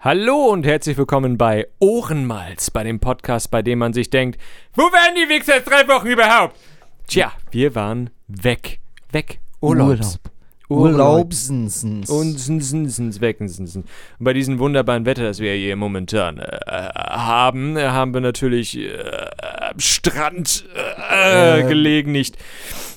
Hallo und herzlich willkommen bei Ohrenmalz, bei dem Podcast, bei dem man sich denkt, wo waren die Wichser drei Wochen überhaupt? Tja, wir waren weg. Weg. Urlaubs. Urlaubsensens. Und sinsensens, weckensens. Und bei diesem wunderbaren Wetter, das wir hier momentan äh, haben, äh, haben wir natürlich äh, am Strand äh, Ähm. gelegen, nicht.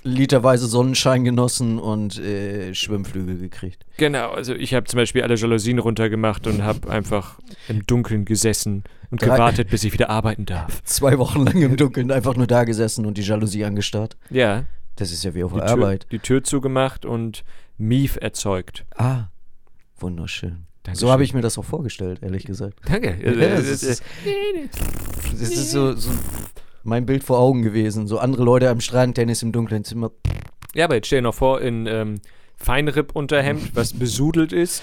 literweise Sonnenschein genossen und äh, Schwimmflügel gekriegt. Genau, also ich habe zum Beispiel alle Jalousien runtergemacht und habe einfach im Dunkeln gesessen und Drei- gewartet, bis ich wieder arbeiten darf. Zwei Wochen lang im Dunkeln einfach nur da gesessen und die Jalousie angestarrt. Ja, Das ist ja wie auf die der Tür, Arbeit. die Tür zugemacht und Mief erzeugt. Ah, wunderschön. Dankeschön. So habe ich mir das auch vorgestellt, ehrlich gesagt. Danke. Also, Ja, es es ist- Das ist so, so mein Bild vor Augen gewesen. So andere Leute am Strand, Dennis im dunklen Zimmer. Ja, aber jetzt stell dir noch vor, in ähm, Feinripp-Unterhemd, was besudelt ist.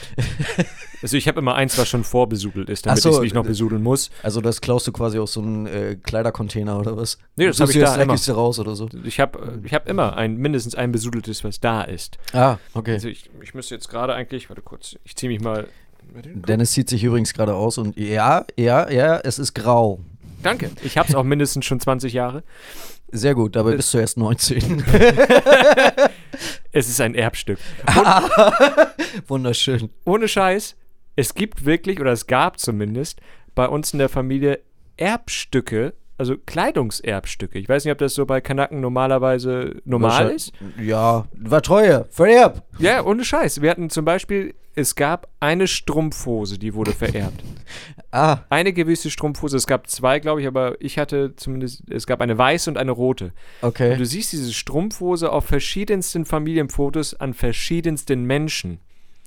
Also ich habe immer eins, was schon vorbesudelt ist, damit Ach so, ich es nicht noch äh, besudeln muss. Also das klaust du quasi aus so einem äh, Kleidercontainer oder was? Nee, das Suchst hab ich dir da das immer. Dreckigste raus oder so. Ich äh. habe ich hab immer ein, mindestens ein besudeltes, was da ist. Ah, okay. Also ich, ich müsste jetzt gerade eigentlich, warte kurz, ich ziehe mich mal. Dennis zieht sich übrigens gerade aus und ja, ja, ja, es ist grau. Danke. Ich habe es auch mindestens schon 20 Jahre. Sehr gut, dabei bist du erst 19. Es ist ein Erbstück. Wunderschön. ohne Scheiß, es gibt wirklich, oder es gab zumindest bei uns in der Familie Erbstücke, also Kleidungserbstücke. Ich weiß nicht, ob das so bei Kanaken normalerweise normal ist. Ja, war teuer. Vererb. Ja, ohne Scheiß. Wir hatten zum Beispiel, es gab eine Strumpfhose, die wurde vererbt. Ah, Eine gewisse Strumpfhose, es gab zwei, glaube ich, aber ich hatte zumindest, es gab eine weiße und eine rote. Und okay. du siehst diese Strumpfhose auf verschiedensten Familienfotos an verschiedensten Menschen.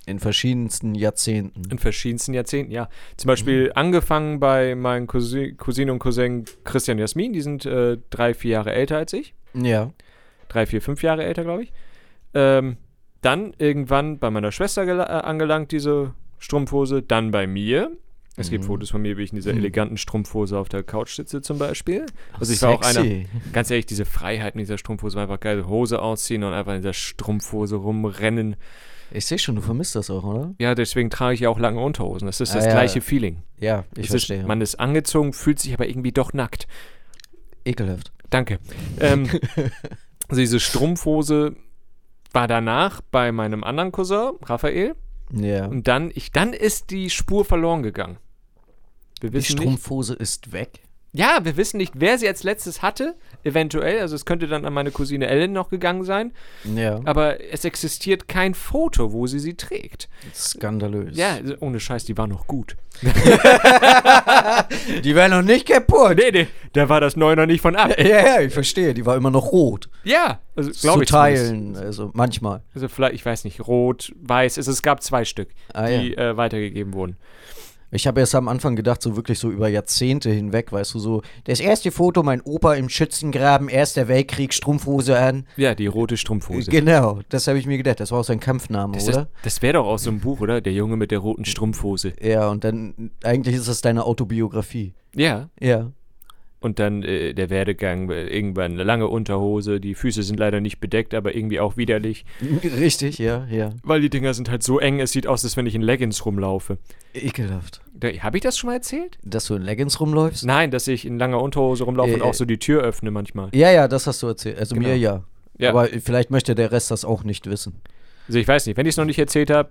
In verschiedensten Jahrzehnten. In verschiedensten Jahrzehnten, ja. Zum Beispiel Mhm. angefangen bei meinen Cousin, Cousinen und Cousin Christian und Jasmin, die sind äh, drei, vier Jahre älter als ich. Ja. Drei, vier, fünf Jahre älter, glaube ich. Ähm, dann irgendwann bei meiner Schwester gela- äh, angelangt, diese Strumpfhose. Dann bei mir. Es gibt Mhm. Fotos von mir, wie ich in dieser Hm. eleganten Strumpfhose auf der Couch sitze, zum Beispiel. Also ich war auch einer. Sexy. Ganz ehrlich, diese Freiheit mit dieser Strumpfhose war einfach geil. Hose ausziehen und einfach in dieser Strumpfhose rumrennen. Ich sehe schon, du vermisst das auch, oder? Ja, deswegen trage ich ja auch lange Unterhosen. Das ist Ah, das ja. gleiche Feeling. Ja, ich Es ist, verstehe. man ist angezogen, fühlt sich aber irgendwie doch nackt. Ekelhaft. Danke. Ähm, also diese Strumpfhose war danach bei meinem anderen Cousin, Raphael. Ja. Und dann, ich, dann ist die Spur verloren gegangen. Wir Die wissen nicht, Strumpfhose ist weg. ja, wir wissen nicht, wer sie als letztes hatte, eventuell. Also es könnte dann an meine Cousine Ellen noch gegangen sein. Ja. Aber es existiert kein Foto, wo sie sie trägt. Skandalös. Ja, also ohne Scheiß, die war noch gut. Die wäre noch nicht kaputt. Nee, nee, da war das Neuner nicht von ab. Ja, ja, ich verstehe. Die war immer noch rot. Ja, also glaube Zu ich zumindest. teilen, also manchmal. Also vielleicht, ich weiß nicht, rot, weiß, es, es gab zwei Stück, Ah, die äh, weitergegeben wurden. Ich habe erst am Anfang gedacht, so wirklich so über Jahrzehnte hinweg, weißt du, so das erste Foto, mein Opa im Schützengraben, Erster Weltkrieg, Strumpfhose an. Ja, die rote Strumpfhose. Genau, das habe ich mir gedacht. Das war auch sein Kampfname, Ist das oder? das wäre doch aus so einem Buch, oder? Der Junge mit der roten Strumpfhose. Ja, und dann, eigentlich ist das deine Autobiografie. Ja. Ja. Und dann äh, der Werdegang, äh, irgendwann eine lange Unterhose, die Füße sind leider nicht bedeckt, aber irgendwie auch widerlich. Richtig, ja, ja. Weil die Dinger sind halt so eng, es sieht aus, als wenn ich in Leggings rumlaufe. Ekelhaft. Da- Hab ich das schon mal erzählt? Dass du in Leggings rumläufst? Nein, dass ich in langer Unterhose rumlaufe und Äh, auch so die Tür öffne manchmal. Ja, ja, das hast du erzählt. Also mir ja. Genau. Ja. Aber vielleicht möchte der Rest das auch nicht wissen. Also ich weiß nicht, wenn ich es noch nicht erzählt habe,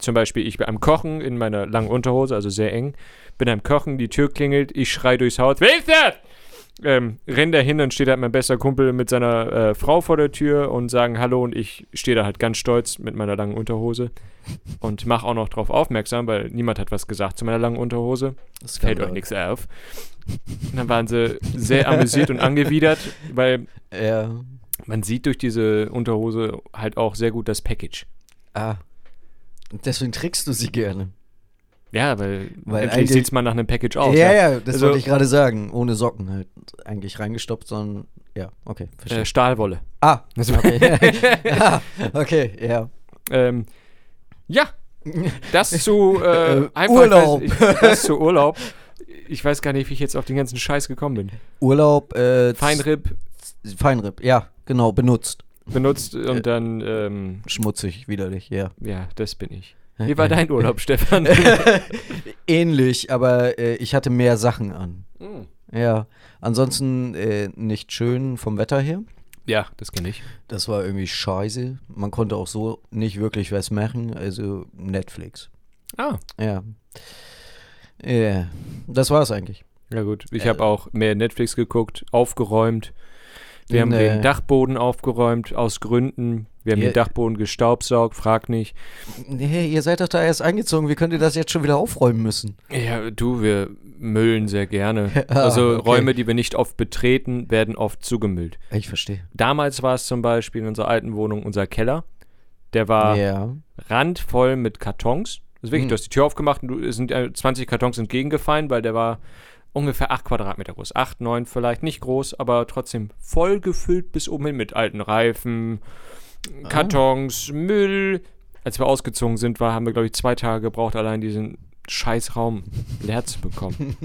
zum Beispiel ich bin am Kochen in meiner langen Unterhose, also sehr eng, bin am Kochen, die Tür klingelt, ich schrei durchs Haus, wer ist das? Ähm, renn da hin, dann steht halt mein bester Kumpel mit seiner äh, Frau vor der Tür und sagen Hallo und ich stehe da halt ganz stolz mit meiner langen Unterhose und mache auch noch drauf aufmerksam, weil niemand hat was gesagt zu meiner langen Unterhose. Das Fällt euch nichts auf. Und dann waren sie sehr amüsiert und angewidert, weil Ja. man sieht durch diese Unterhose halt auch sehr gut das Package. Ah. Deswegen trickst du sie gerne. Ja, weil, Weil eigentlich eigentlich- sieht es mal nach einem Package aus. ja, ja, das Also- wollte ich gerade sagen. Ohne Socken halt eigentlich reingestopft, sondern ja, okay, verstehe. Äh, Stahlwolle. ah, Das- okay. ah, okay, ja. Ähm, ja, das zu äh, Äh, einfach, Urlaub. Ich weiß, ich, das zu Urlaub. Ich weiß gar nicht, wie ich jetzt auf den ganzen Scheiß gekommen bin. Urlaub, äh, z- Feinripp Feinripp, ja, genau, benutzt. benutzt und dann, ähm, Schmutzig, widerlich, ja. ja, das bin ich. Wie äh, war dein Urlaub, Stefan? Ähnlich, aber äh, ich hatte mehr Sachen an. Hm. Ja, ansonsten äh, nicht schön vom Wetter her. ja, das kenne ich. Das war irgendwie scheiße. Man konnte auch so nicht wirklich was machen. Also Netflix. Ah, Ja. Ja, das war's eigentlich. ja gut. Ich Äh. habe auch mehr Netflix geguckt, aufgeräumt. Wir haben Nee. den Dachboden aufgeräumt, aus Gründen. Wir haben Ja. den Dachboden gestaubsaugt, frag nicht. Hey, ihr seid doch da erst eingezogen. Wie könnt ihr das jetzt schon wieder aufräumen müssen? Ja, du, wir müllen sehr gerne. Ah, Also okay. Räume, die wir nicht oft betreten, werden oft zugemüllt. Ich verstehe. Damals war es zum Beispiel in unserer alten Wohnung unser Keller. Der war Ja. randvoll mit Kartons. Also wirklich, Hm. du hast die Tür aufgemacht und du es sind äh, 20 Kartons entgegengefallen, weil der war ungefähr 8 Quadratmeter groß. 8, 9 vielleicht, nicht groß, aber trotzdem voll gefüllt bis oben hin mit alten Reifen, Ah. Kartons, Müll. Als wir ausgezogen sind, war, haben wir, glaube ich, zwei Tage gebraucht, allein diesen Scheißraum leer zu bekommen.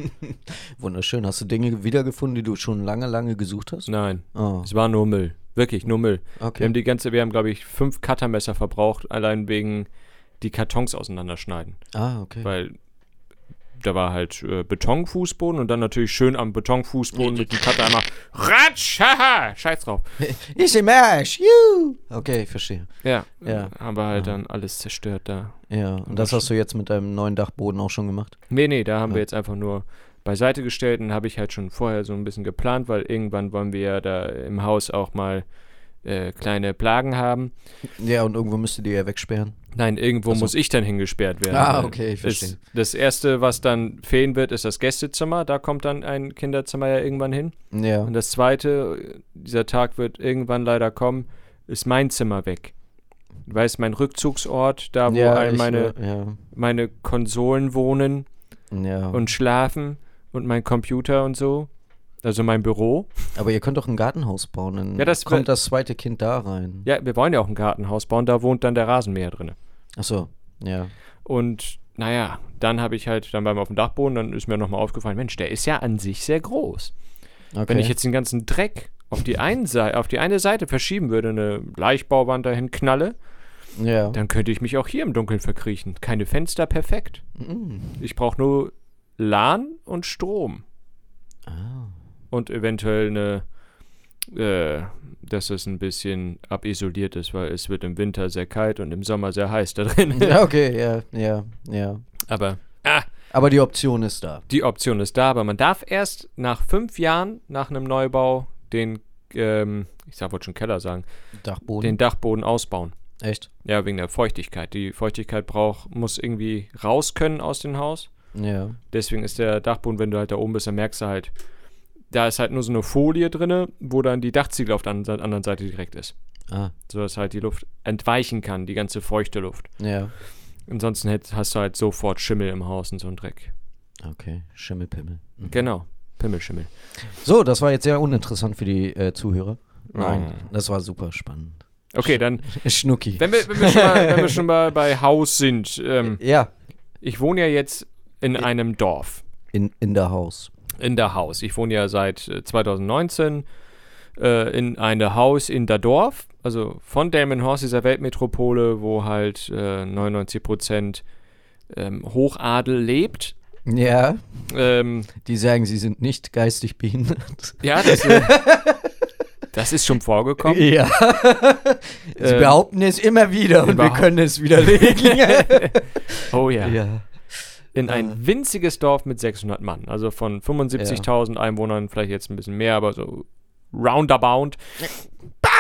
Wunderschön. Hast du Dinge wiedergefunden, die du schon lange, lange gesucht hast? Nein, Oh, es war nur Müll. Wirklich, nur Müll. Wir okay. haben die ganze, wir haben, glaube ich, fünf Cuttermesser verbraucht, allein wegen die Kartons auseinanderschneiden. Ah, okay. weil da war halt äh, Betonfußboden und dann natürlich schön am Betonfußboden mit dem Cutter einmal Ratsch, haha, scheiß drauf. Ist im Arsch. Juhu. Okay, ich verstehe. Ja, Ja. haben wir halt dann alles zerstört da. Ja, und das hast du jetzt mit deinem neuen Dachboden auch schon gemacht? Nee, nee, da haben wir jetzt einfach nur beiseite gestellt und habe ich halt schon vorher so ein bisschen geplant, weil irgendwann wollen wir ja da im Haus auch mal äh, kleine Plagen haben. Ja, und irgendwo müsst ihr die ja wegsperren. Nein, irgendwo muss ich dann hingesperrt werden. Ah, Weil okay, ich es- verstehe. Das erste, was dann fehlen wird, ist das Gästezimmer. Da kommt dann ein Kinderzimmer ja irgendwann hin. Ja. Und das zweite, dieser Tag wird irgendwann leider kommen, ist mein Zimmer weg. Du weißt, mein Rückzugsort, da wo ja, all ich, meine, Ja, meine Konsolen wohnen ja. und schlafen und mein Computer und so. Also mein Büro. Aber ihr könnt doch ein Gartenhaus bauen. Dann Ja, das kommt wird- das zweite Kind da rein. Ja, wir wollen ja auch ein Gartenhaus bauen, da wohnt dann der Rasenmäher drin. Achso, ja. Und naja, dann habe ich halt, dann waren wir auf dem Dachboden, dann ist mir nochmal aufgefallen, Mensch, der ist ja an sich sehr groß. Okay. Wenn ich jetzt den ganzen Dreck auf die, einen Seite, auf die eine Seite verschieben würde, eine Leichtbauwand dahin knalle, ja. Dann könnte ich mich auch hier im Dunkeln verkriechen. Keine Fenster, perfekt. Mm. Ich brauche nur LAN und Strom. Ah. Und eventuell eine, äh, dass es ein bisschen abisoliert ist, weil es wird im Winter sehr kalt und im Sommer sehr heiß da drin. Ja, okay, ja, ja, ja. aber Aber die Option ist da. die Option ist da, aber man darf erst nach fünf Jahren, nach einem Neubau, den, ähm, ich sag, wollte schon Keller sagen, Dachboden. den Dachboden ausbauen. Echt? Ja, wegen der Feuchtigkeit. Die Feuchtigkeit braucht, muss irgendwie raus können aus dem Haus. Ja. Deswegen ist der Dachboden, wenn du halt da oben bist, dann merkst du halt, da ist halt nur so eine Folie drinne, wo dann die Dachziegel auf der anderen anderen Seite direkt ist. Ah, So dass halt die Luft entweichen kann, die ganze feuchte Luft. ja. Ansonsten hätt, hast du halt sofort Schimmel im Haus und so ein Dreck. Okay, Schimmelpimmel. Mhm. Genau. Pimmelschimmel. So, das war jetzt sehr uninteressant für die äh, Zuhörer. Nein, Nein. das war super spannend. Okay, dann, Schnucki. wenn wir, wenn wir schon, mal, wenn wir schon mal bei Haus sind. Ähm, Ja, ich wohne ja jetzt in einem Dorf. in, in der Haus. in der Haus. Ich wohne ja seit äh, 2019 äh, in einem Haus in der Dorf, also von Delmenhorst, dieser Weltmetropole, wo halt äh, 99 Prozent ähm, Hochadel lebt. Ja, Ähm, die sagen, sie sind nicht geistig behindert. ja, das, äh, das ist schon vorgekommen. Ja. sie Ähm, behaupten es immer wieder und wir überhaupt- können es widerlegen. Oh ja. ja. In ein winziges Dorf mit 600 Mann. Also von 75.000 Einwohnern, vielleicht jetzt ein bisschen mehr, aber so roundabout.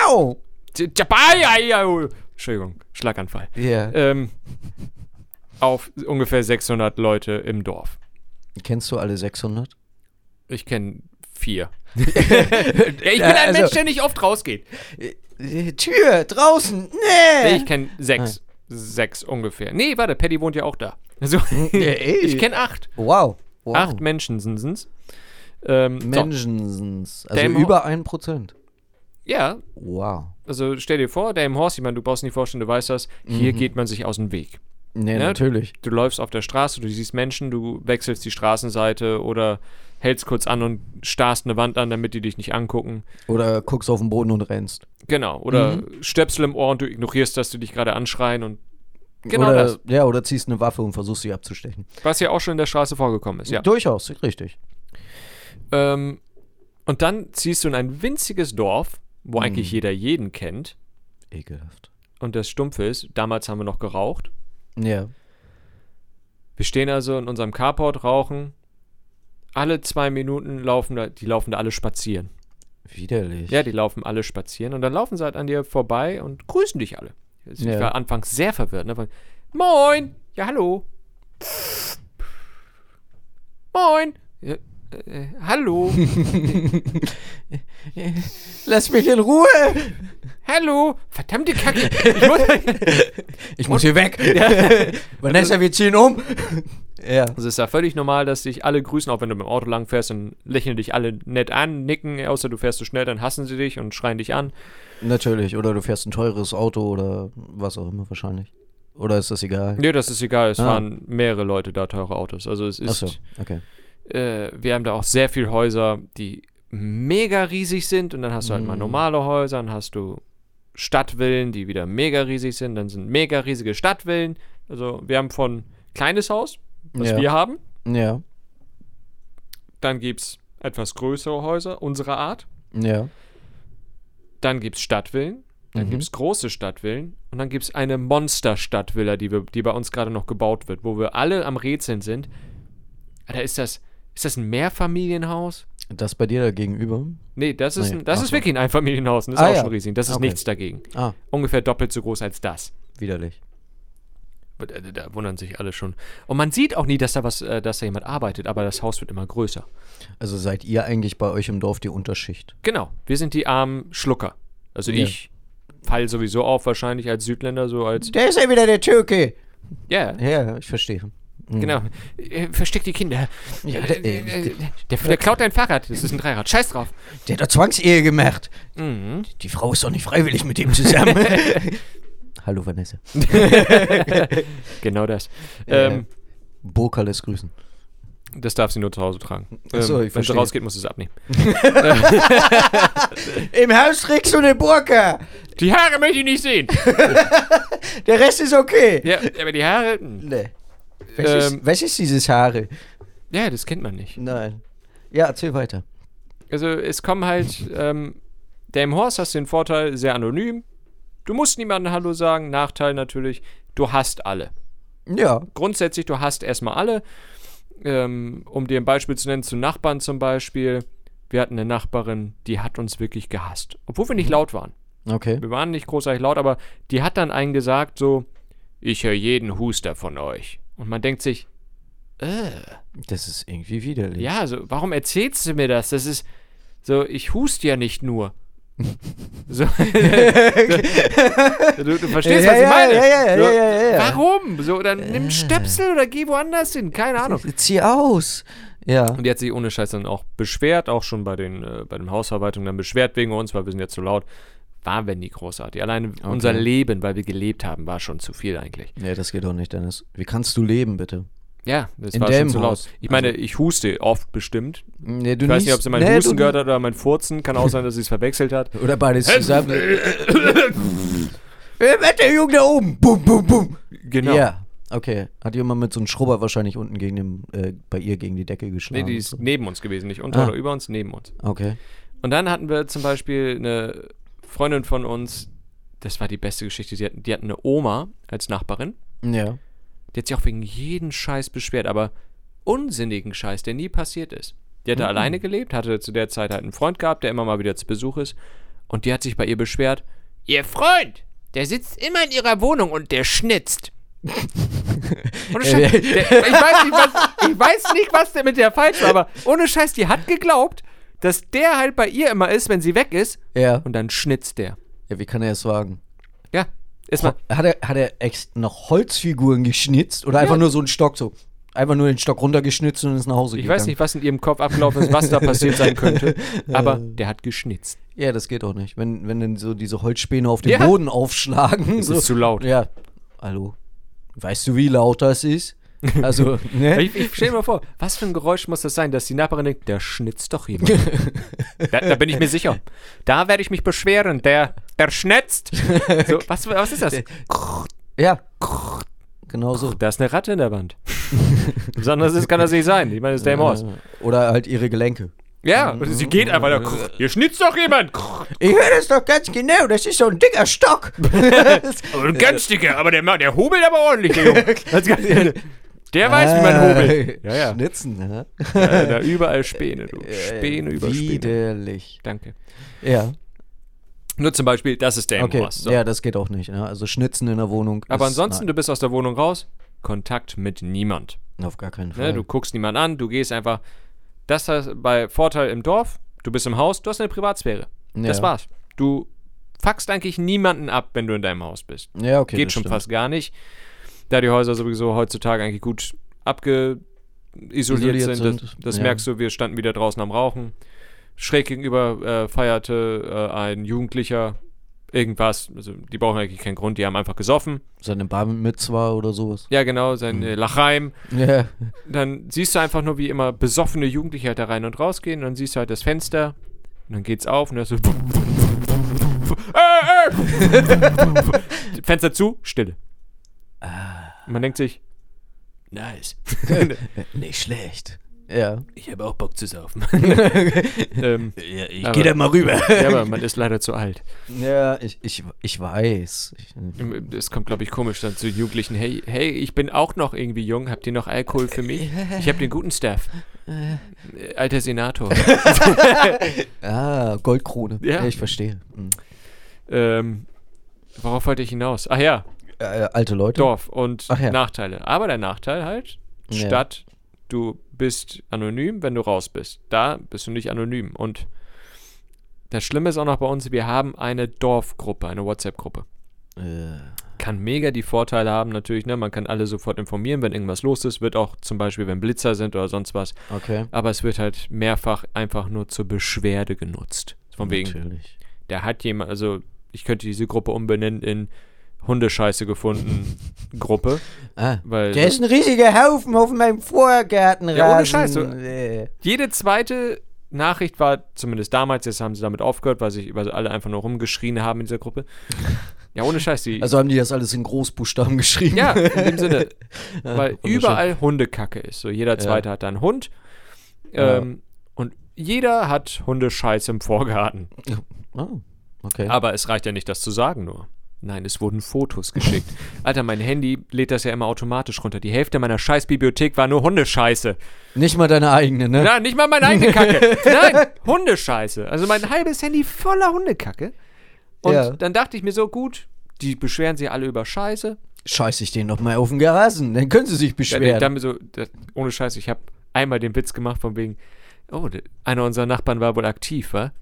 Au! oh. Entschuldigung, Schlaganfall. Ja. ähm, auf ungefähr 600 Leute im Dorf. Kennst du alle 600? Ich kenne vier. ja, ich bin ein also- Mensch, der nicht oft rausgeht. Äh, Tür, draußen, Nee, nee! ich kenne sechs. Ah. Sechs ungefähr. Nee, warte, Paddy wohnt ja auch da. Also, ey. ich kenne acht. wow. wow. Acht Menschen sind's. Ähm, so. Menschensens. Also Dem- über 1%. Ja, Wow. also stell dir vor, der im Horst, ich meine, du brauchst nicht vorstellen, du weißt das, Mhm. hier geht man sich aus dem Weg. Nee, Ja. natürlich. du läufst auf der Straße, du siehst Menschen, du wechselst die Straßenseite oder hältst kurz an und starrst eine Wand an, damit die dich nicht angucken. Oder guckst auf den Boden und rennst. Genau. Oder Stöpsel im Ohr und du ignorierst, dass du dich gerade anschreien und Genau oder, das. Ja, oder ziehst eine Waffe und versuchst sie abzustechen. Was ja auch schon in der Straße vorgekommen ist, ja. Durchaus, richtig. Ähm, und dann ziehst du in ein winziges Dorf, wo eigentlich jeder jeden kennt. Ekelhaft. Und das Stumpfe ist, damals haben wir noch geraucht. Ja. Wir stehen also in unserem Carport, rauchen. Alle zwei Minuten laufen da, die laufen da alle spazieren. Widerlich. Ja, die laufen alle spazieren und dann laufen sie halt an dir vorbei und grüßen dich alle. Ich Ja. war anfangs sehr verwirrt. Ne? Von, Moin! Ja, hallo! Moin! Ja, äh, äh, hallo! Lass mich in Ruhe! hallo! Verdammte Kacke! Ich muss, Ich muss hier weg! Vanessa, wir ziehen um! ja. Also es ist ja völlig normal, dass dich alle grüßen, auch wenn du mit dem Auto lang fährst, dann lächeln dich alle nett an, nicken, außer du fährst zu schnell, dann hassen sie dich und schreien dich an. Natürlich, oder du fährst ein teures Auto oder was auch immer wahrscheinlich. Oder ist das egal? Nee, Ne, das ist egal, es Ah. waren mehrere Leute da, teure Autos. Also es ist, Achso, okay. äh, wir haben da auch sehr viele Häuser, die mega riesig sind und dann hast du halt mal normale Häuser, dann hast du Stadtvillen, die wieder mega riesig sind, dann sind mega riesige Stadtvillen. Also wir haben von kleines Haus, was Ja. wir haben, Ja, dann gibt es etwas größere Häuser unserer Art. ja. dann gibt es Stadtvillen, dann gibt's gibt es große Stadtvillen und dann gibt es eine Monster-Stadtvilla, die, wir, die bei uns gerade noch gebaut wird, wo wir alle am Rätseln sind. Alter, ist das, ist das ein Mehrfamilienhaus? Das bei dir da gegenüber? Nee, das ist, Nee, ein, das ach ist so. wirklich ein Einfamilienhaus und das ist Ah, auch ja. schon riesig. Das ist Okay. nichts dagegen. Ah, Ungefähr doppelt so groß als das. widerlich. Und, äh, Da wundern sich alle schon. Und man sieht auch nie, dass da was, äh, dass da jemand arbeitet, aber das Haus wird immer größer. Also seid ihr eigentlich bei euch im Dorf die Unterschicht? Genau, wir sind die armen Schlucker. Also Ja. ich fall sowieso auf wahrscheinlich als Südländer, so als Der ist ja wieder der Türke! ja, Ja, ich verstehe. Genau. Äh, Versteck die Kinder. Ja, Äh, der- äh, äh, der, der klaut dein Fahrrad. Das ist ein Dreirad. Scheiß drauf. Der hat doch Zwangsehe gemacht. Die Frau ist doch nicht freiwillig mit ihm zusammen. Hallo Vanessa. Genau das. Ja. Ähm, Äh, Burka lässt grüßen. das darf sie nur zu Hause tragen. Ach so, ähm, wenn ich sie verstehe. rausgeht, muss sie es abnehmen. Im Haus trägst du eine Burka. Die Haare möchte ich nicht sehen. Der Rest ist okay. ja, aber die Haare. hm. mh. Nee. Was, Ähm. ist, was ist dieses Haare? Ja, das kennt man nicht. Nein. Ja, erzähl weiter. Also es kommen halt. Ähm, der im Horst hast den Vorteil, sehr anonym. Du musst niemandem Hallo sagen. Nachteil natürlich, du hast alle. Ja. grundsätzlich, du hast erstmal alle. Ähm, um dir ein Beispiel zu nennen, zu Nachbarn zum Beispiel. Wir hatten eine Nachbarin, die hat uns wirklich gehasst. Obwohl wir nicht laut waren. Okay. Wir waren nicht großartig laut, aber die hat dann einen gesagt, so, ich höre jeden Huster von euch. Und man denkt sich, Das ist irgendwie widerlich. ja, also, warum erzählst du mir das? Das ist so, ich hust ja nicht nur. So, du, du verstehst, Ja, was ich ja, meine. ja, ja, so, ja, ja, ja, ja. Warum? So, dann nimm Stöpsel oder geh woanders hin. Keine Ahnung. Zieh aus. Ja. Und die hat sich ohne Scheiß dann auch beschwert, auch schon bei den, äh, bei den Hausverwaltungen dann beschwert wegen uns, weil wir sind ja zu laut. War wenn nie großartig. Alleine unser Leben, weil wir gelebt haben, war schon zu viel eigentlich. Nee, das geht doch nicht, Dennis. Wie kannst du leben, bitte? Ja, das In war schon dem zu laut. Haus. Ich meine, ich huste oft bestimmt. Nee, du Ich weiß nicht, ob sie meinen nee, Husten du- gehört hat oder mein Furzen. Kann auch sein, dass sie es verwechselt hat. Oder beides zusammen. Wer der Junge da oben? Bum, bum, bum. Genau. Ja. Okay. Hat jemand mit so einem Schrubber wahrscheinlich unten gegen dem, äh, bei ihr gegen die Decke Nee, geschlagen? die ist neben uns gewesen, nicht unter Ah. oder über uns, neben uns. okay. Und dann hatten wir zum Beispiel eine Freundin von uns, das war die beste Geschichte, die hatten, die hatten eine Oma als Nachbarin. Ja. Die hat sich auch wegen jeden Scheiß beschwert, aber unsinnigen Scheiß, der nie passiert ist. Die hat da alleine gelebt, hatte zu der Zeit halt einen Freund gehabt, der immer mal wieder zu Besuch ist. Und die hat sich bei ihr beschwert: Ihr Freund, der sitzt immer in ihrer Wohnung und der schnitzt. Ohne Scheiß, der, ich, weiß nicht, was, ich weiß nicht, was der mit der falsch war, aber ohne Scheiß, die hat geglaubt, dass der halt bei ihr immer ist, wenn sie weg ist. Ja. Und dann schnitzt der. Ja, wie kann er es wagen? Ja, erstmal. Hat er, hat er ex noch Holzfiguren geschnitzt oder einfach nur so einen Stock so? Einfach nur den Stock runtergeschnitzt und ist nach Hause Ich gegangen. weiß nicht, was in ihrem Kopf abgelaufen ist, was da passiert sein könnte, aber der hat geschnitzt. Ja, das geht auch nicht. Wenn, wenn dann so diese Holzspäne auf den Ja. Boden aufschlagen. Das so. ist zu laut. Ja. Hallo. Weißt du, wie laut das ist? Also, ne? Ich, ich stell mir vor, was für ein Geräusch muss das sein, dass die Nachbarin denkt, der schnitzt doch jemand. da, da bin ich mir sicher. Da werde ich mich beschweren, der, der schnitzt. So, was, was ist das? Ja. Genau so. Da ist eine Ratte in der Wand. Was anderes ist, kann das nicht sein. Ich meine, das ist Dame Horst. Oder halt ihre Gelenke. Ja, und sie geht einfach da. krr, Hier schnitzt doch jemand. krr. Ich höre das doch ganz genau, das ist so ein dicker Stock. Aber ein ganz dicker, aber der, Mann, der hobelt aber ordentlich, der Junge. Das kann- Der weiß, wie Ah. man hobelt. Ja, ja. Schnitzen, ne? ja da überall Späne, du. Äh, Späne über Späne. Widerlich. Danke. Ja, Nur zum Beispiel, das ist Dame okay. Horst. So. Ja, das geht auch nicht. Ne? Also Schnitzen in der Wohnung. aber ist- ansonsten, du bist aus der Wohnung raus, Kontakt mit niemand. Nein, auf gar keinen Fall. Ne? Du guckst niemanden an, du gehst einfach. Das heißt, bei Vorteil im Dorf, du bist im Haus, du hast eine Privatsphäre. ja. Das war's. Du fuckst eigentlich niemanden ab, wenn du in deinem Haus bist. Ja, okay. Geht das schon stimmt. fast gar nicht. Da die Häuser sowieso heutzutage eigentlich gut abgeisoliert Isoliert sind, das, sind, das ja. merkst du, wir standen wieder draußen am Rauchen. Schräg gegenüber äh, feierte äh, ein Jugendlicher irgendwas. Also die brauchen eigentlich keinen Grund, die haben einfach gesoffen. Seine Bar mit zwar oder sowas. Ja, genau, sein Mhm. äh, Lachheim. Ja. dann siehst du einfach nur, wie immer besoffene Jugendliche halt da rein und rausgehen. Und dann siehst du halt das Fenster. Und dann geht's auf und dann so. äh, äh. Fenster zu, Stille. Ah. Und man denkt sich, nice. Nicht schlecht. Ja. Ich habe auch Bock zu saufen. ja, ähm, ich Aber- geh da mal rüber. ja, aber man ist leider zu alt. Ja, ich, ich, ich weiß. Ich, Es kommt, glaube ich, komisch dann zu Jugendlichen. Hey, hey, ich bin auch noch irgendwie jung. Habt ihr noch Alkohol für mich? Ich habe den guten Staff. Äh, Alter Senator. ah, Goldkrone. Ja. ich verstehe. Mhm. ähm, worauf wollte ich hinaus? Ach ja, Äh, alte Leute. Dorf und Ach ja. Nachteile. Aber der Nachteil halt, Ja. Stadt, du bist anonym, wenn du raus bist. Da bist du nicht anonym. Und das Schlimme ist auch noch bei uns, wir haben eine Dorfgruppe, eine WhatsApp-Gruppe. Äh, Kann mega die Vorteile haben, natürlich, ne? Man kann alle sofort informieren, wenn irgendwas los ist. Wird auch zum Beispiel, wenn Blitzer sind oder sonst was. okay. Aber es wird halt mehrfach einfach nur zur Beschwerde genutzt. Von wegen, Natürlich. da hat jemand, also ich könnte diese Gruppe umbenennen in Hundescheiße gefunden Gruppe. Ah. Weil Da ist ein riesiger Haufen auf meinem Vorgartenrasen. Ja, ohne Scheiß, oder? Äh, Jede zweite Nachricht war, zumindest damals, jetzt haben sie damit aufgehört, weil, sich, weil alle einfach nur rumgeschrien haben in dieser Gruppe. Ja, ohne Scheiß. Die, Also haben die das alles in Großbuchstaben geschrieben. ja, in dem Sinne, weil wunderschön. überall Hundekacke ist. So, jeder zweite hat da einen Hund. Ja. Ähm, Und jeder hat Hundescheiße im Vorgarten. Oh, okay. Aber es reicht ja nicht, das zu sagen nur. Nein, es wurden Fotos geschickt. Alter, mein Handy lädt das ja immer automatisch runter. Die Hälfte meiner Scheißbibliothek war nur Hundescheiße. Nicht mal deine eigene, ne? Nein, nicht mal meine eigene Kacke. Nein, Hundescheiße. Also mein halbes Handy voller Hundekacke. Und Ja. dann dachte ich mir so, gut, die beschweren sich alle über Scheiße. Scheiß ich den noch mal auf den Garasen, dann können sie sich Dann, beschweren. dann mir so, das, ohne Scheiße, ich habe einmal den Witz gemacht von wegen, oh, de- einer unserer Nachbarn war wohl aktiv, wa?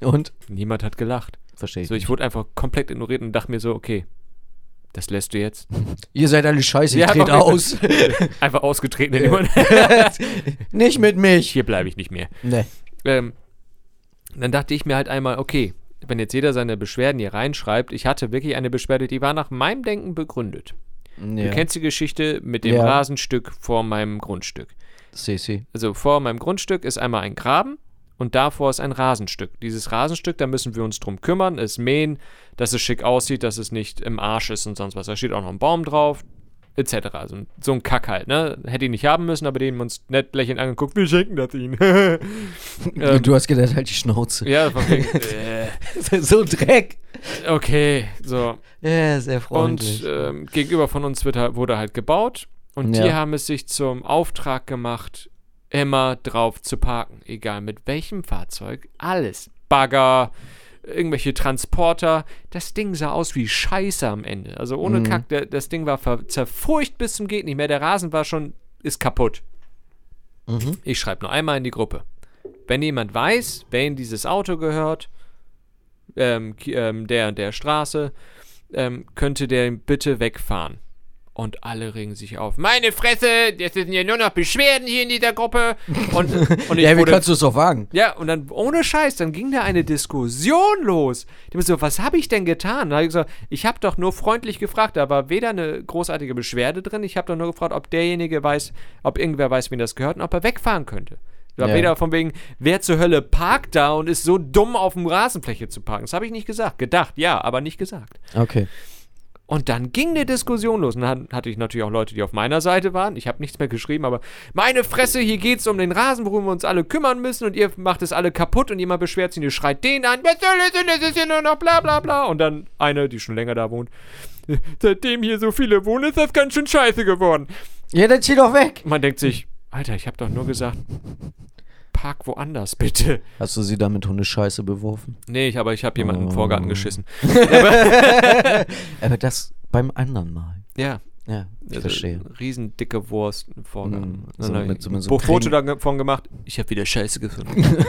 Und? Niemand hat gelacht. Verstehe ich. So, ich wurde einfach komplett ignoriert und dachte mir so, okay, das lässt du jetzt. Ihr seid alle scheiße, ich Ja, trete aber- aus. Einfach ausgetreten. in jemand. nicht mit mich. Hier bleibe ich nicht mehr. Ne. Ähm, dann dachte ich mir halt einmal, okay, wenn jetzt jeder seine Beschwerden hier reinschreibt, ich hatte wirklich eine Beschwerde, die war nach meinem Denken begründet. Ja. Du kennst die Geschichte mit dem Ja. Rasenstück vor meinem Grundstück. CC. Also vor meinem Grundstück ist einmal ein Graben und davor ist ein Rasenstück. Dieses Rasenstück, da müssen wir uns drum kümmern, es mähen, dass es schick aussieht, dass es nicht im Arsch ist und sonst was. Da steht auch noch ein Baum drauf, etc. Also so ein Kack halt, ne? Hätte ich nicht haben müssen, aber den haben wir uns nett lächelnd angeguckt, wir schenken das ihnen. Ähm, du hast gedacht, halt die Schnauze. ja, von wegen, äh, so ein Dreck. Okay, so. Ja, sehr Und freundlich. ähm, gegenüber von uns wird, halt- wurde halt gebaut. Und die Ja. haben es sich zum Auftrag gemacht, immer drauf zu parken. Egal mit welchem Fahrzeug. Alles. Bagger, irgendwelche Transporter. Das Ding sah aus wie Scheiße am Ende. Also ohne Mhm. Kack, der, das Ding war ver- zerfurcht bis zum Geht nicht mehr. Der Rasen war schon, ist kaputt. mhm. Ich schreibe nur einmal in die Gruppe. Wenn jemand weiß, wem dieses Auto gehört, ähm, ki- ähm, der und der Straße, ähm, könnte der bitte wegfahren. Und alle regen sich auf. Meine Fresse, jetzt sind ja nur noch Beschwerden hier in dieser Gruppe. Und, und ich Ja, wie wurde, kannst du es doch wagen? ja, und dann ohne Scheiß, dann ging da eine Diskussion los. Die haben so, was habe ich denn getan? Da habe ich gesagt, ich habe doch nur freundlich gefragt, da war weder eine großartige Beschwerde drin, ich habe doch nur gefragt, ob derjenige weiß, ob irgendwer weiß, wem das gehört und ob er wegfahren könnte. Da war Ja. weder von wegen, wer zur Hölle parkt da und ist so dumm auf dem Rasenfläche zu parken. Das habe ich nicht gesagt. Gedacht, ja, aber nicht gesagt. Okay. Und dann ging eine Diskussion los. Und dann hatte ich natürlich auch Leute, die auf meiner Seite waren. Ich habe nichts mehr geschrieben, aber meine Fresse, hier geht's um den Rasen, worum wir uns alle kümmern müssen. Und ihr macht es alle kaputt und jemand beschwert sich und ihr schreit den an. Was soll das denn? Das ist ja nur noch bla bla bla. Und dann eine, die schon länger da wohnt. Seitdem hier so viele wohnen, ist das ganz schön scheiße geworden. Ja, dann zieh doch weg. Man denkt sich, Alter, ich habe doch nur gesagt, park woanders bitte. Hast du sie da mit Hundescheiße beworfen? Nee, ich, aber ich habe jemanden im Oh. Vorgarten geschissen. Aber das beim anderen Mal. Ja. Ja, ich also verstehe. Riesendicke Wurst im Vorgarten. Mm, Dann so hab mit ich so- mit so ein einem Foto davon gemacht. Ich habe wieder Scheiße gefunden.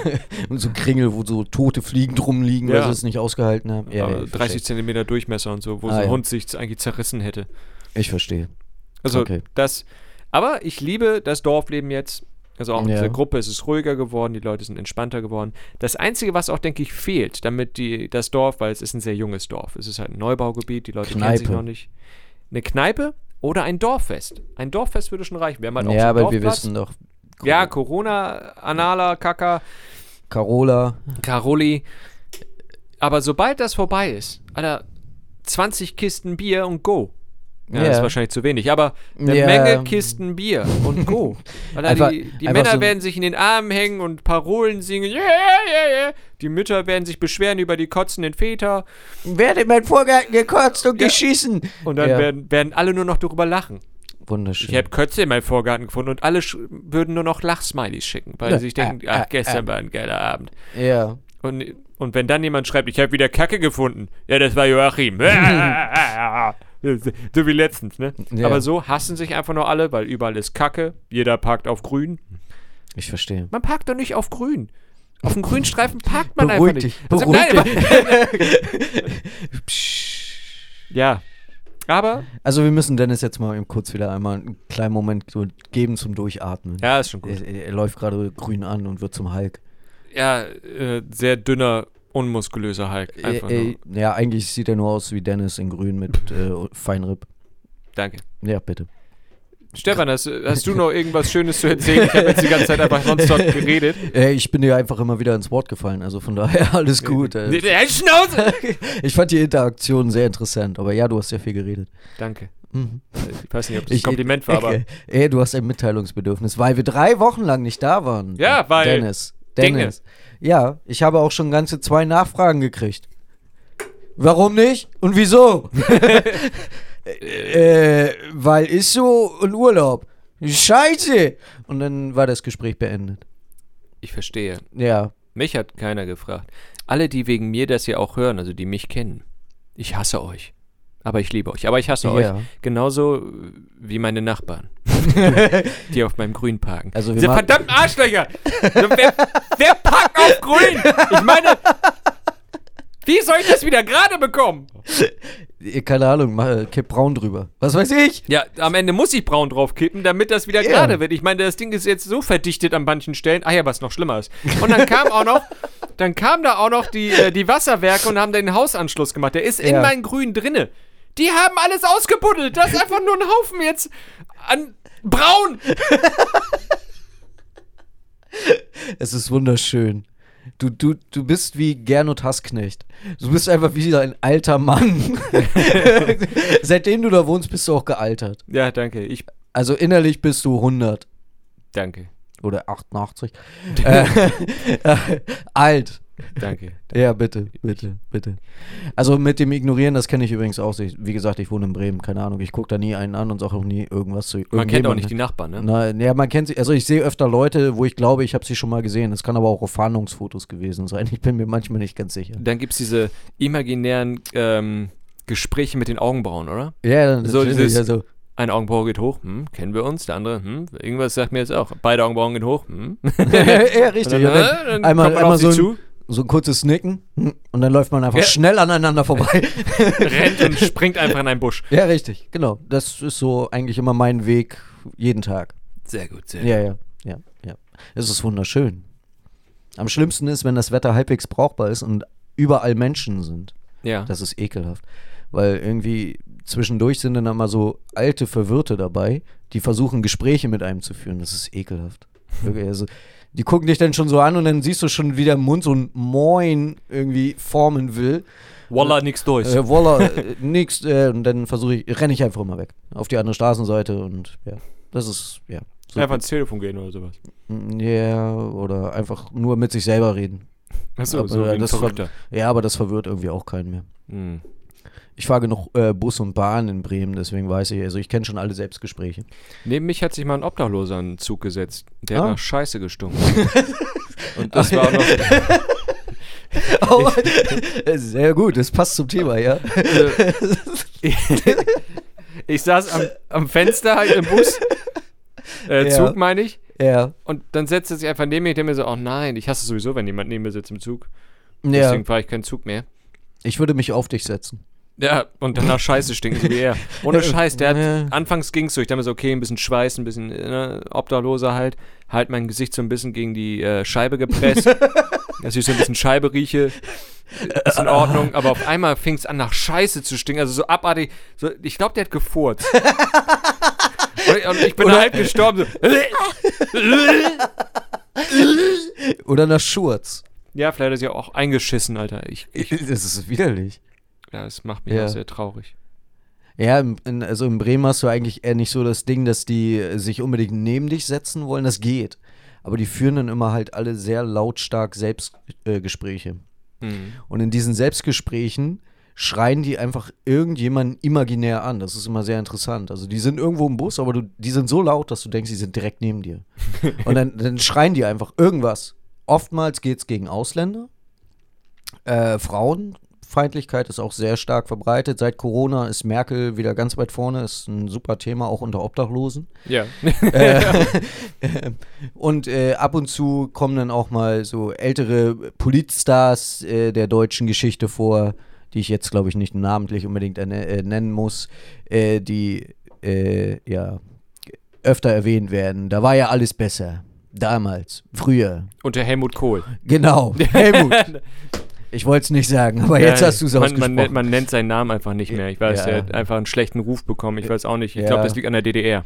Und so Kringel, wo so tote Fliegen rumliegen, weil Ja. sie es nicht ausgehalten haben. Ja, ja, Aber ich 30 verstehe. Zentimeter Durchmesser und so, wo Ah, so ein ja. Hund sich eigentlich zerrissen hätte. Ich verstehe. Also Okay. das. Aber ich liebe das Dorfleben jetzt. Also auch in Ja. dieser Gruppe es ist es ruhiger geworden, die Leute sind entspannter geworden. Das Einzige, was auch, denke ich, fehlt, damit die, das Dorf, weil es ist ein sehr junges Dorf, es ist halt ein Neubaugebiet, die Leute kennen sich Kneipe. noch nicht. Eine Kneipe oder ein Dorffest. Ein Dorffest würde schon reichen. Wir haben halt auch so ja, einen aber wir Dorfplatz. wissen doch. Cor- Ja, Corona, Anala, Kaka, Carola. Caroli. Aber sobald das vorbei ist, Alter, 20 Kisten Bier und go. Ja, Ja. das ist wahrscheinlich zu wenig, aber eine Ja. Menge Kisten Bier und go. Alter, Einfach- die die einfach Männer so- werden sich in den Armen hängen und Parolen singen. Yeah, yeah, yeah. Die Mütter werden sich beschweren über die kotzenden Väter Wer hat in meinen Vorgarten gekotzt und geschissen? und dann ja. werden, werden alle nur noch darüber lachen. Wunderschön. Ich habe Kötze in meinem Vorgarten gefunden und alle sch würden nur noch Lachsmileys schicken, weil Ja. sie sich denken, Ah, ah, ach, gestern war ein geiler Abend. ja. Und, und wenn dann jemand schreibt, ich habe wieder Kacke gefunden, ja, das war Joachim. so wie letztens, ne? Ja. Aber so hassen sich einfach nur alle, weil überall ist Kacke, jeder parkt auf grün. Ich verstehe. Man parkt doch nicht auf grün. Auf dem Grünstreifen parkt man Beruhig einfach nicht. dich, Man sagt, beruhig nein, aber- ja. Aber, Also wir müssen Dennis jetzt mal eben kurz wieder einmal einen kleinen Moment so geben zum Durchatmen. ja, ist schon gut. Er, er läuft gerade grün an und wird zum Hulk. Ja, äh, sehr dünner, unmuskulöser Hulk. Äh, Einfach äh, nur. ja, eigentlich sieht er nur aus wie Dennis in grün mit äh, Feinripp. Danke. Ja, bitte. Stefan, hast, hast du noch irgendwas Schönes zu erzählen? Ich habe jetzt die ganze Zeit einfach nonstop geredet. Äh, ich bin dir einfach immer wieder ins Wort gefallen, also von daher alles gut. Äh. Halt Schnauze! Ich fand die Interaktion sehr interessant, aber ja, du hast sehr viel geredet. Danke. Mhm. Ich weiß nicht, ob das ein Ich- Kompliment war, aber Ey, ey, du hast ein Mitteilungsbedürfnis, weil wir drei Wochen lang nicht da waren. Ja, weil- Dennis. Dennis. Ja, ich habe auch schon ganze zwei Nachfragen gekriegt. Warum nicht? Und wieso? äh, weil ist so und Urlaub. Scheiße! Und dann war das Gespräch beendet. ich verstehe. Ja. Mich hat keiner gefragt. Alle, die wegen mir das hier auch hören, also die mich kennen, ich hasse euch. Aber ich liebe euch. Aber ich hasse Ja. euch. Genauso äh, wie meine Nachbarn, die auf meinem Grün parken. Also wir Diese ma- verdammten Arschlöcher! So, wer, wer parkt auf Grün? Ich meine, wie soll ich das wieder gerade bekommen? Äh, Keine Ahnung, mach, äh, kipp braun drüber. Was weiß ich? Ja, am Ende muss ich braun draufkippen, damit das wieder Ja. gerade wird. Ich meine, das Ding ist jetzt so verdichtet an manchen Stellen. Ach ja, was noch schlimmer ist. Und dann kam auch noch, dann kam da auch noch die, äh, die Wasserwerke und haben den Hausanschluss gemacht. Der ist in Ja. meinen Grün drinne. Die haben alles ausgebuddelt. Das ist einfach nur ein Haufen jetzt an braun. Es ist wunderschön. Du, du, du bist wie Gernot Hassknecht. Du bist einfach wie ein alter Mann. Seitdem du da wohnst, bist du auch gealtert. Ja, danke. Ich Also innerlich bist du 100 danke. oder 88. äh, äh, alt. Danke. Ja, bitte, bitte, bitte. Also mit dem Ignorieren, das kenne ich übrigens auch. Ich, wie gesagt, ich wohne in Bremen, keine Ahnung. Ich gucke da nie einen an und sage auch nie irgendwas zu Man kennt auch irgendjemandem. nicht die Nachbarn, ne? Nein, ja, man kennt sie. Also ich sehe öfter Leute, wo ich glaube, ich habe sie schon mal gesehen. Das kann aber auch auf Fahndungsfotos gewesen sein. Ich bin mir manchmal nicht ganz sicher. Dann gibt's diese imaginären ähm, Gespräche mit den Augenbrauen, oder? Ja, So natürlich, dieses- also, Ein Augenbrauen geht hoch, hm, kennen wir uns, der andere, hm, irgendwas sagt mir jetzt auch. Beide Augenbrauen gehen hoch, hm. ja, richtig. Und Und äh, dann einmal, kommt man einmal auf so, sie ein, zu, so ein kurzes Nicken hm, und dann läuft man einfach Ja. schnell aneinander vorbei. rennt und springt einfach in einen Busch. ja, richtig, genau. Das ist so eigentlich immer mein Weg jeden Tag. Sehr gut, sehr Ja, ja, ja, ja. Es ist wunderschön. Am schlimmsten ist, wenn das Wetter halbwegs brauchbar ist und überall Menschen sind. Ja. Das ist ekelhaft. Weil irgendwie zwischendurch sind dann immer so alte Verwirrte dabei, die versuchen, Gespräche mit einem zu führen. Das ist ekelhaft. Wirklich, Also, Die gucken dich dann schon so an und dann siehst du schon, wie der Mund so ein Moin irgendwie formen will. Walla, nix durch. Äh, Walla, äh, nix. Äh, und dann versuche ich, renne ich einfach immer weg. Auf die andere Straßenseite und ja. Das ist, ja. so- Einfach ins Telefon gehen oder sowas. Ja, oder einfach nur mit sich selber reden. Achso, Aber, so äh, wie ein das war- Also Verrückter. Ja, aber das verwirrt irgendwie auch keinen mehr. Hm. Ich fahre genug äh, Bus und Bahn in Bremen, deswegen weiß ich, also ich kenne schon alle Selbstgespräche. Neben mich hat sich mal ein Obdachloser in den Zug gesetzt. Der Ah. hat nach Scheiße gestunken. Und das war auch noch Aber, sehr gut, das passt zum Thema, ja. äh, ich saß am, am Fenster halt im Bus. Äh, Ja. Zug meine ich. Ja. Und dann setzt er sich einfach neben mich. Ich denke mir so, oh nein, ich hasse sowieso, wenn jemand neben mir sitzt im Zug. ja. Deswegen fahre ich keinen Zug mehr. Ich würde mich auf dich setzen. Ja, und dann nach Scheiße stinken, so wie er. Ohne Scheiß, der hat, Ja. anfangs ging's so, ich dachte mir so, okay, ein bisschen Schweiß, ein bisschen ne, obdachloser halt, halt mein Gesicht so ein bisschen gegen die äh, Scheibe gepresst, dass ich so ein bisschen Scheibe rieche, ist in Ordnung, aber auf einmal fing's an, nach Scheiße zu stinken, also so abartig, so, ich glaube, der hat gefurzt. und, ich, und ich bin Oder- halb halt gestorben, so, Oder nach Schurz. ja, vielleicht ist ja auch eingeschissen, Alter, ich, ich, Das ist widerlich. ja, das macht mich Ja. auch sehr traurig. Ja, in, in, also in Bremen hast du eigentlich eher nicht so das Ding, dass die äh, sich unbedingt neben dich setzen wollen. Das geht. Aber die führen dann immer halt alle sehr lautstark Selbstgespräche. Äh, Gespräche. Mhm. Und in diesen Selbstgesprächen schreien die einfach irgendjemanden imaginär an. Das ist immer sehr interessant. Also die sind irgendwo im Bus, aber du, die sind so laut, dass du denkst, die sind direkt neben dir. Und dann, dann schreien die einfach irgendwas. Oftmals geht es gegen Ausländer. Äh, Frauenfeindlichkeit ist auch sehr stark verbreitet. Seit Corona ist Merkel wieder ganz weit vorne. Ist ein super Thema, auch unter Obdachlosen. Ja, Äh, und äh, ab und zu kommen dann auch mal so ältere Politstars äh, der deutschen Geschichte vor, die ich jetzt, glaube ich, nicht namentlich unbedingt erne- äh, nennen muss, äh, die äh, ja öfter erwähnt werden. Da war ja alles besser. Damals, früher. und der Helmut Kohl. Genau. Helmut. Ich wollte es nicht sagen, aber jetzt Ja, hast du es man, man, ausgesprochen. nennt- man nennt seinen Namen einfach nicht mehr. Ich weiß, Ja. er hat einfach einen schlechten Ruf bekommen. Ich weiß auch nicht. Ich Ja. glaube, das liegt an der DDR.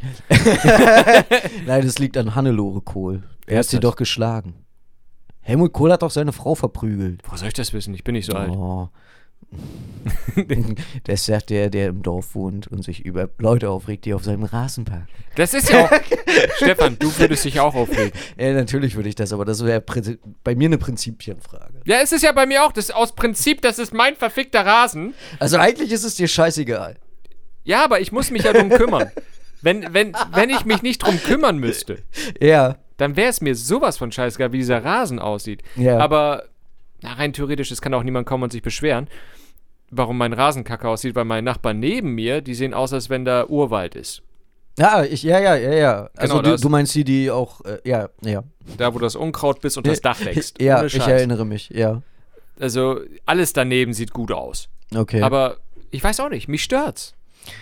Nein, das liegt an Hannelore Kohl. Wer Er hat ist sie das? doch geschlagen. Helmut Kohl hat doch seine Frau verprügelt. Wo soll ich das wissen? Ich bin nicht so alt. Oh. das sagt der, der im Dorf wohnt und sich über Leute aufregt, die auf seinem Rasen parken. Das ist ja auch. Stefan, du würdest dich auch aufregen. Ja, Äh, natürlich würde ich das, aber das wäre Prinzi- bei mir eine Prinzipienfrage. Ja, es ist ja bei mir auch. Das ist aus Prinzip, das ist mein verfickter Rasen. Also eigentlich ist es dir scheißegal. Ja, aber ich muss mich ja drum kümmern. Wenn, wenn, wenn ich mich nicht drum kümmern müsste, Ja. dann wäre es mir sowas von scheißegal, wie dieser Rasen aussieht. Ja. Aber na, rein theoretisch, es kann auch niemand kommen und sich beschweren, warum mein Rasen kacke aussieht, weil meine Nachbarn neben mir, die sehen aus, als wenn da Urwald ist. Ja, ich, ja, ja, ja, ja. Also Genau, du, das- du meinst die, die auch, äh, ja, ja. Da, wo das Unkraut bist und das Dach wächst. Ja, Ohne ich Scheiß. erinnere mich, ja. Also alles daneben sieht gut aus. Okay. Aber ich weiß auch nicht, mich stört's.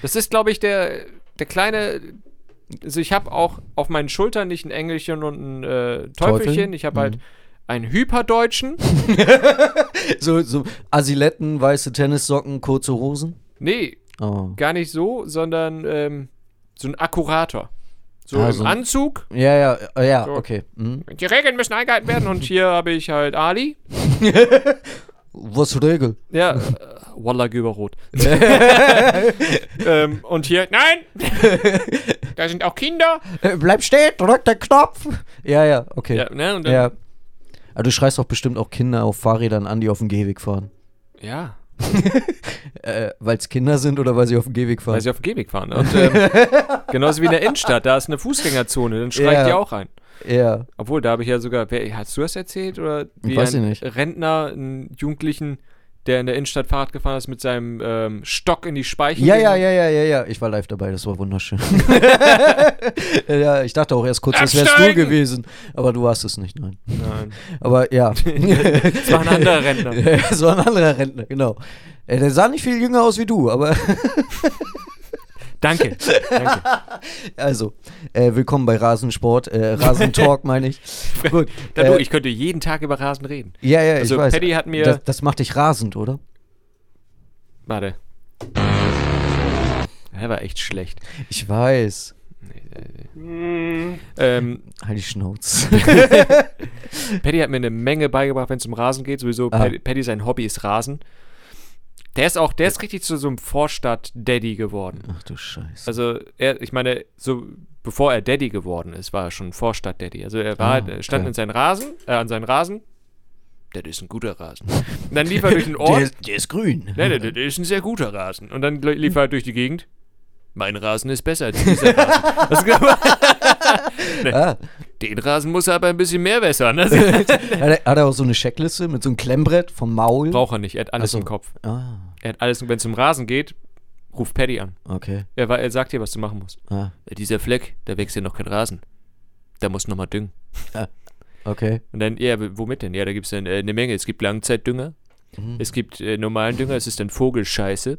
Das ist, glaube ich, der, der kleine. Also ich habe auch auf meinen Schultern nicht ein Engelchen und ein äh, Teufelchen. Teufel? Ich habe halt einen Hyperdeutschen. so, so Asiletten, weiße Tennissocken, kurze Hosen. Nee, Oh. gar nicht so, sondern ähm, so ein Akkurator. So Ah, im so ein- Anzug. Ja, ja, äh, ja, So. okay. Mhm. Die Regeln müssen eingehalten werden. Und hier habe ich halt Ali. Was Regel? Ja, äh, Walla Güberrot. ähm, und hier, nein! da sind auch Kinder. Äh, Bleib stehen, drück den Knopf. Ja, ja, okay. Ja, ne? Und dann, Ja. Aber du schreist doch bestimmt auch Kinder auf Fahrrädern an, die auf dem Gehweg fahren. ja. Äh, weil es Kinder sind oder weil sie auf dem Gehweg fahren? weil sie auf dem Gehweg fahren. Und, ähm, genauso wie in der Innenstadt, da ist eine Fußgängerzone, dann schreie Ja. ich die auch rein. ja. Obwohl, da habe ich ja sogar, wer, hast du das erzählt? Oder wie Weiß ich ein nicht. Rentner, ein Jugendlichen, der in der Innenstadt Fahrrad gefahren ist, mit seinem ähm, Stock in die Speichen. ja, ging. ja, ja, ja, ja, ja. Ich war live dabei, das war wunderschön. ja, ich dachte auch erst kurz, das wärst du Absteigen! gewesen. Aber du warst es nicht, nein. Nein. Aber ja. Das war ein anderer Rentner. so ein anderer Rentner, genau. Äh, Der sah nicht viel jünger aus wie du, aber Danke. Danke. also, äh, willkommen bei Rasensport, äh, Rasentalk meine ich. Gut. Da, du, äh, ich könnte jeden Tag über Rasen reden. Ja, ja, Also, ich weiß. Paddy hat mir- das, das macht dich rasend, oder? Warte. Er war echt schlecht. Ich weiß. Nee, äh, Ähm, Halt die Schnauze. Paddy hat mir eine Menge beigebracht, wenn es um Rasen geht. Sowieso, Ah. Paddy, Paddy, sein Hobby ist Rasen. Der ist auch, der ist richtig zu so einem Vorstadt-Daddy geworden. Ach du Scheiße. Also, er, ich meine, so bevor er Daddy geworden ist, war er schon Vorstadt-Daddy. Also, er war, Ah, er stand okay. in seinen Rasen, äh, an seinen Rasen. Der ist ein guter Rasen. Und dann lief er durch den der, Ort. ist, der ist grün. Der, der, der, der ist ein sehr guter Rasen. Und dann lief er halt durch die Gegend. Mein Rasen ist besser als dieser Rasen. Das glaub- Ah, Den Rasen muss er aber ein bisschen mehr wässern. Also, hat, er, hat er auch so eine Checkliste mit so einem Klemmbrett vom Maul? braucht er nicht. Er hat alles Ach so. im Kopf. ah, Er hat alles, wenn es um Rasen geht, ruft Paddy an. okay. Er, wa- er sagt dir, was du machen musst. Ah, Dieser Fleck, da wächst ja noch kein Rasen. Da musst du nochmal düngen. okay. Und dann, ja, w- womit denn? Ja, da gibt es dann äh, eine Menge. Es gibt Langzeitdünger. Mhm. Es gibt äh, normalen Dünger. Es ist dann Vogelscheiße.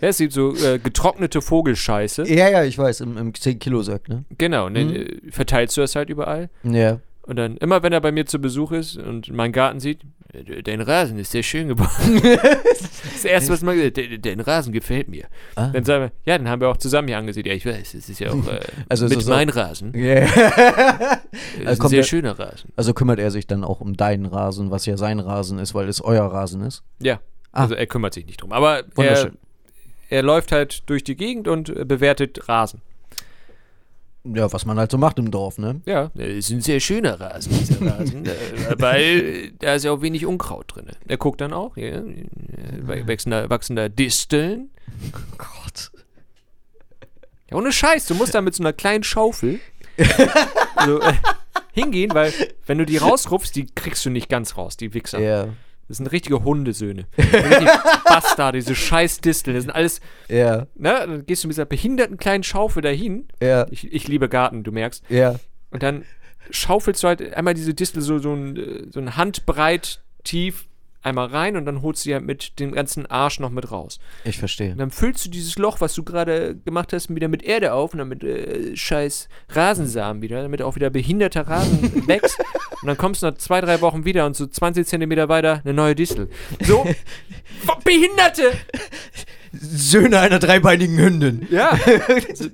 ja, es gibt so äh, getrocknete Vogelscheiße. Ja, ja, ich weiß, im, im 10-Kilo-Sack, ne? Genau. Und dann äh, verteilst du das halt überall. Ja. Und dann, immer wenn er bei mir zu Besuch ist und meinen Garten sieht, "Äh, dein Rasen ist sehr schön geworden. das erste, was man gesagt hat, "De- dein Rasen gefällt mir. Ah. Dann sagen wir, ja, dann haben wir auch zusammen hier angesehen. Ja, ich weiß, es ist ja auch äh, Also es mit ist auch- meinem Rasen. Yeah. Es Also ist ein kommt sehr der- schöner Rasen. also kümmert er sich dann auch um deinen Rasen, was ja sein Rasen ist, weil es euer Rasen ist. Ja, Ah. also er kümmert sich nicht drum. Aber er, Wunderschön. er läuft halt durch die Gegend und äh, bewertet Rasen. Ja, was man halt so macht im Dorf, ne? Ja, es ist ein sehr schöner Rasen, dieser Rasen, äh, weil äh, da ist ja auch wenig Unkraut drin. Er guckt dann auch, ja, äh, wachsen da, wachsen da Disteln. Gott. Ja, ohne Scheiß, du musst da mit so einer kleinen Schaufel so, äh, hingehen, weil wenn du die rausrupfst, die kriegst du nicht ganz raus, die Wichser. Ja. Das sind richtige Hundesöhne. Richtige Bastarde, diese scheiß Disteln. Das sind alles, Ja. ne? Dann gehst du mit dieser behinderten kleinen Schaufel dahin. Ja. Ich, ich liebe Garten, du merkst. Ja. Und dann schaufelst du halt einmal diese Distel so, so, ein, äh, so ein Handbreit tief einmal rein und dann holst du die halt mit dem ganzen Arsch noch mit raus. Ich verstehe. Und dann füllst du dieses Loch, was du gerade gemacht hast, wieder mit Erde auf und dann mit äh, scheiß Rasensamen wieder, damit auch wieder behinderter Rasen wächst. Und dann kommst du nach zwei, drei Wochen wieder und so 20 Zentimeter weiter eine neue Distel. So, Behinderte! Söhne einer dreibeinigen Hündin. Ja, dieser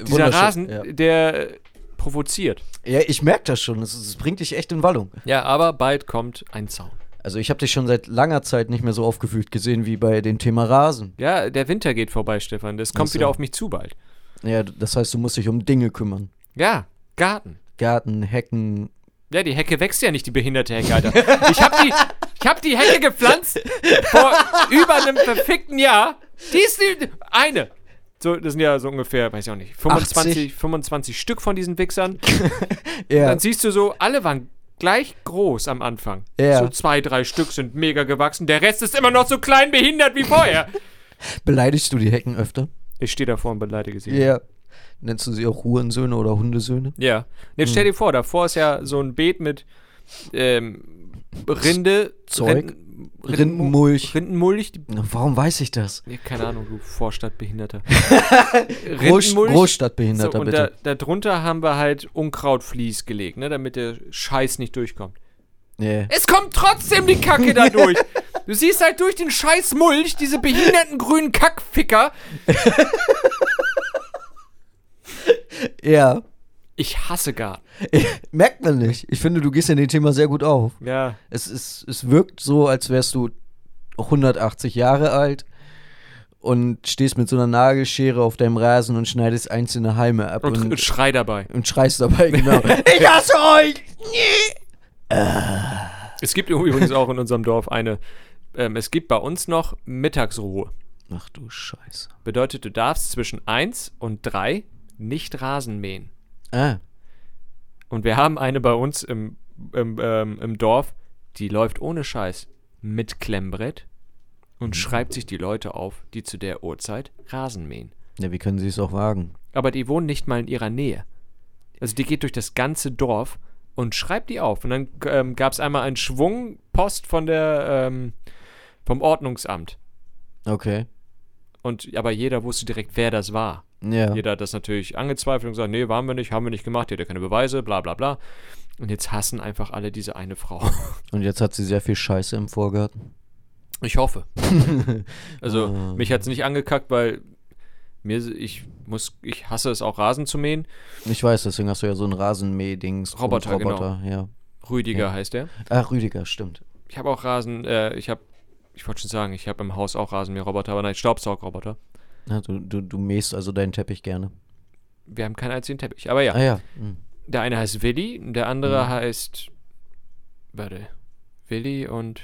Wunderschön, Rasen, ja. der äh, provoziert. Ja, ich merke das schon. Es, es bringt dich echt in Wallung. Ja, aber bald kommt ein Zaun. Also ich habe dich schon seit langer Zeit nicht mehr so aufgefühlt gesehen wie bei dem Thema Rasen. Ja, der Winter geht vorbei, Stefan. Das kommt Ach so. wieder auf mich zu bald. Ja, das heißt, du musst dich um Dinge kümmern. Ja, Garten. Garten, Hecken. Ja, die Hecke wächst ja nicht, die behinderte Hecke, Alter. Ich hab die, ich hab die Hecke gepflanzt vor über einem verfickten Jahr. Die ist die, eine. So, das sind ja so ungefähr, weiß ich auch nicht, 25, 80. 25 Stück von diesen Wichsern. Ja, Dann siehst du so, alle waren gleich groß am Anfang. Ja. So zwei, drei Stück sind mega gewachsen. Der Rest ist immer noch so klein behindert wie vorher. beleidigst du die Hecken öfter? Ich stehe davor und beleidige sie. Ja. Nennst du sie auch Hurensöhne oder Hundesöhne? Ja. Und Jetzt stell dir vor, davor ist ja so ein Beet mit ähm, Rinde, Zeug. Rinden- Rindenmulch. Rindenmulch. Na, warum weiß ich das? Nee, keine Ahnung, du Vorstadtbehinderter. Groß, Rindenmulch. so, Großstadtbehinderter und da, bitte. darunter haben wir halt Unkrautvlies gelegt, ne, damit der Scheiß nicht durchkommt. Ja. Es kommt trotzdem die Kacke da durch. Du siehst halt durch den scheiß Mulch diese behinderten grünen Kackficker. ja. Ich hasse Garten. Merkt man nicht. Ich finde, du gehst in dem Thema sehr gut auf. Ja. Es, es, es wirkt so, als wärst du 180 Jahre alt und stehst mit so einer Nagelschere auf deinem Rasen und schneidest einzelne Halme ab Und, und, und schrei dabei. und schreist dabei, genau. ich hasse euch! Es gibt übrigens auch in unserem Dorf eine, ähm, es gibt bei uns noch Mittagsruhe. Ach du Scheiße. Bedeutet, du darfst zwischen 1 und 3 nicht Rasen mähen. Ah, Und wir haben eine bei uns im, im, ähm, im Dorf, die läuft ohne Scheiß mit Klemmbrett und schreibt sich die Leute auf, die zu der Uhrzeit Rasen mähen. ja, wie können sie es auch wagen? Aber die wohnen nicht mal in ihrer Nähe. Also die geht durch das ganze Dorf und schreibt die auf. Und dann ähm, gab es einmal einen Schwungpost von der, ähm, vom Ordnungsamt. Okay. Und aber jeder wusste direkt, wer das war. Ja. Jeder hat das natürlich angezweifelt und gesagt, nee, waren wir nicht, haben wir nicht gemacht, ihr habt ja keine Beweise, bla bla bla. Und jetzt hassen einfach alle diese eine Frau. Und jetzt hat sie sehr viel Scheiße im Vorgarten. Ich hoffe. also, mich hat es nicht angekackt, weil Mir, ist- ich, muss, ich hasse es auch, Rasen zu mähen. Ich weiß, deswegen hast du ja so ein Rasenmäh-Dings. Roboter, genau. Roboter, ja. Rüdiger Ja. heißt er. Ach, Rüdiger, stimmt. Ich habe auch Rasen, äh, ich habe, ich wollte schon sagen, ich habe im Haus auch Rasenmäherroboter, aber nein, Staubsaugroboter. Ja, du, du, du mähst also deinen Teppich gerne. Wir haben keinen einzigen Teppich. Aber ja, Ah ja. Hm. der eine heißt Willi, der andere Mhm. heißt, warte, Willi und